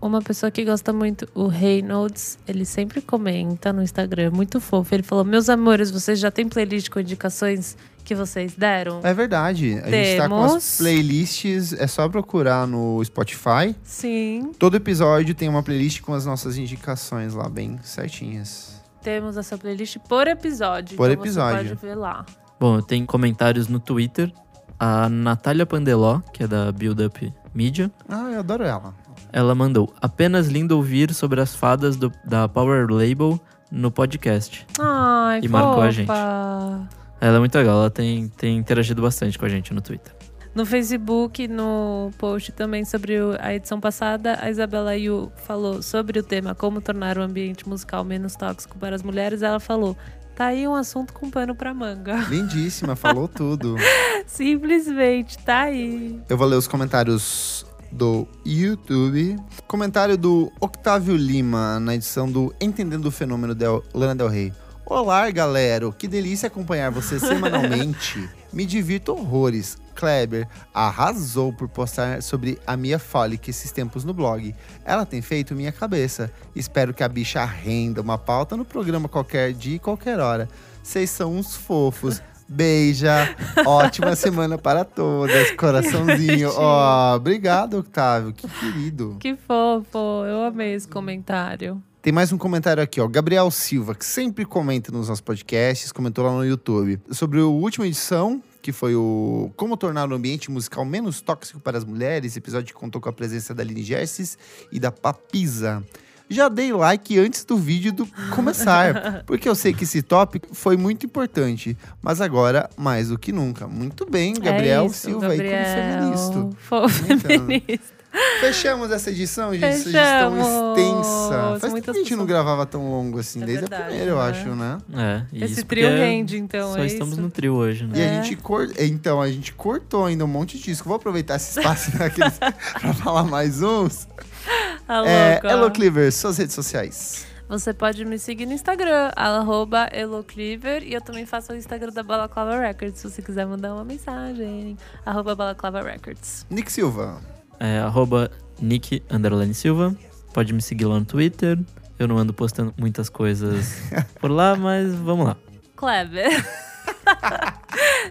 Uma pessoa que gosta muito, o Reynolds, ele sempre comenta no Instagram, muito fofo. Ele falou: Meus amores, vocês já têm playlist com indicações que vocês deram?
É verdade, a gente tá com as
Temos.
playlists, é só procurar no Spotify.
Sim.
Todo episódio tem uma playlist com as nossas indicações lá, bem certinhas.
Temos essa playlist por episódio.
Por
então você
episódio.
pode ver lá.
Bom, tem comentários no Twitter. A Natália Pandeló, que é da Build Up Media,
Ah, eu adoro ela.
ela mandou apenas lindo ouvir sobre as fadas do- da Power Label no podcast.
Ai,
E marcou a
fofa.
Ela é muito legal, ela tem, tem interagido bastante com a gente no Twitter.
No Facebook, no post também sobre o- a edição passada, a Isabela Yu falou sobre o tema como tornar o ambiente musical menos tóxico para as mulheres. Ela falou: tá aí um assunto com pano pra manga.
Lindíssima, falou tudo.
Simplesmente, tá aí.
Eu vou ler os comentários do YouTube. Comentário do Octávio Lima na edição do Entendendo o Fenômeno da Lana Del Rey. Olá, galera! Que delícia acompanhar você semanalmente. Me divirto horrores. Kleber arrasou por postar sobre a Mia Folic esses tempos no blog. Ela tem feito minha cabeça. Espero que a bicha renda uma pauta no programa qualquer dia e qualquer hora. Vocês são uns fofos. Beija. Ótima semana para todas. Coraçãozinho. Ó, obrigado, Octávio. Que querido.
Que fofo, eu amei esse comentário.
Tem mais um comentário aqui, ó. Gabriel Silva, que sempre comenta nos nossos podcasts, comentou lá no YouTube. Sobre a última edição, que foi o Como Tornar o Ambiente Musical Menos Tóxico para as Mulheres, esse episódio que contou com a presença da Aline Gerses e da Papisa. Já dei like antes do vídeo do começar, porque eu sei que esse tópico foi muito importante, mas agora mais do que nunca. Muito bem, Gabriel
é isso,
Silva
Gabriel.
aí como feminista.
Fofo,
Então,
feminista.
Fechamos essa edição, gente. Essa edição
Fechamos.
extensa. Faz tempo que a
Muitas
gente não
pessoas-
gravava tão longo assim,
É
desde
verdade,
a primeira, eu
né?
acho, né?
É, e
Esse
isso
trio
porque
rende, então,
Só
é
estamos
isso?
no trio hoje, né?
E
É.
a gente cor... Então, a gente cortou ainda um monte de disco. Vou aproveitar esse espaço daqueles pra falar mais uns.
A
É,
Tá louca.
Hello Cleaver, suas redes sociais.
Você pode me seguir no Instagram, arroba elocliver, e eu também faço o Instagram da Balaclava Records, se você quiser mandar uma mensagem, arroba Balaclava Records.
Nick Silva.
É arroba Nick underline Silva. Pode me seguir lá no Twitter. Eu não ando postando muitas coisas por lá, mas vamos lá.
Kleber.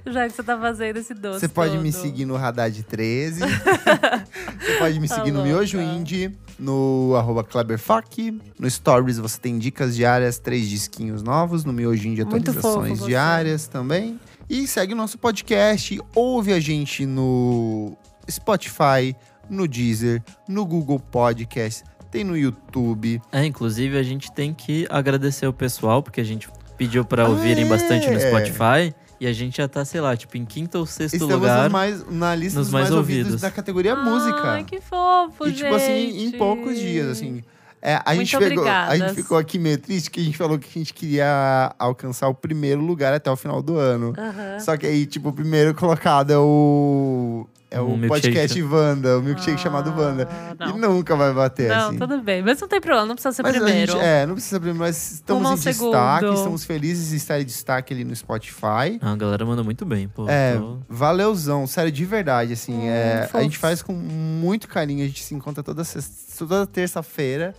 Já que você tá fazendo esse doce
Você pode me
todo.
seguir no Haddad 13. você pode me
Tá
seguir no
louca.
Miojo Indie, no arroba Kleberfock. No Stories você tem dicas diárias, três disquinhos novos. No Miojo Indie
Muito
atualizações
fofo você.
diárias também. E segue o nosso podcast. Ouve a gente no Spotify, no Deezer, no Google Podcast. Tem no YouTube.
É, inclusive a gente tem que agradecer o pessoal, porque a gente pediu pra ouvirem
É.
bastante no Spotify. E a gente já tá, sei lá, tipo, em quinto ou sexto
Estamos
lugar.
nos mais, na lista
nos
dos mais,
mais
ouvidos.
ouvidos.
da categoria música.
Ai, que fofo,
E tipo assim, em
gente.
poucos dias, assim. É, a,
Muito
gente pegou, a gente
obrigadas.
ficou aqui meio triste que a gente falou que a gente queria alcançar o primeiro lugar até o final do ano.
Aham.
Só que aí, tipo, o primeiro colocado é o. É o
Um milkshake.
podcast Wanda, o milkshake
Ah,
chamado Wanda.
Não,
E nunca vai bater
não
assim.
tudo bem. Mas não tem problema, não precisa ser
mas
primeiro.
a gente, é, não precisa primeiro, mas estamos
Uma
em
segundo.
destaque, estamos felizes de estar em destaque ali no Spotify.
Ah, a galera mandou muito bem, pô. Então,
É,
Tô-
valeuzão, sério, de verdade, assim,
Hum,
é, a
fofo.
gente faz com muito carinho, a gente se encontra toda, sexta- toda terça-feira,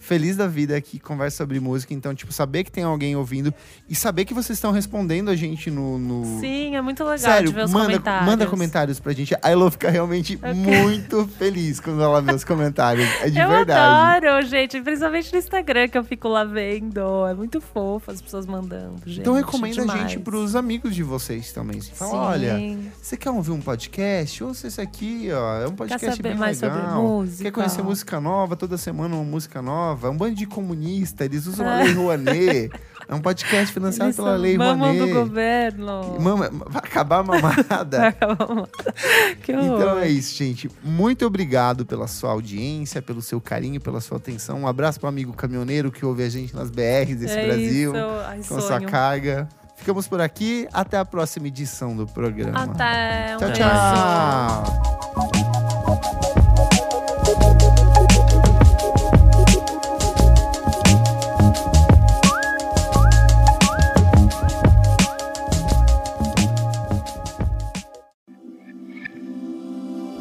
feliz da vida aqui, conversa sobre música, então, tipo, saber que tem alguém ouvindo e saber que vocês estão respondendo a gente no... no-
Sim, é muito legal
Sério,
de ver os
manda,
comentários.
manda comentários pra gente. A Elo fica realmente muito feliz quando ela vê os comentários. É de
eu
verdade.
adoro, gente. Principalmente no Instagram, que eu fico lá vendo. É muito fofo as pessoas mandando, gente.
Então recomenda a
demais.
gente pros amigos de vocês também. Você fala,
Sim.
olha, Você quer ouvir um podcast? Ouça esse aqui, ó. É um podcast
Quer saber
bem
mais
legal.
sobre música?
Quer conhecer É música nova? Toda semana uma música nova. Um bando de comunista, eles usam a
É.
Lei Rouanet É um podcast financiado
Eles
pela
são
Lei
mamão
Rouanet.
do governo.
Mama, vai acabar a mamada.
que horror.
Então é isso, gente. Muito obrigado pela sua audiência, pelo seu carinho, pela sua atenção. Um abraço pro amigo caminhoneiro que ouve a gente nas BRs desse
É
Brasil,
isso. Ai,
com a sua
sonho.
carga. Ficamos por aqui. Até a próxima edição do programa.
Até. Um
Tchau,
beijo.
tchau.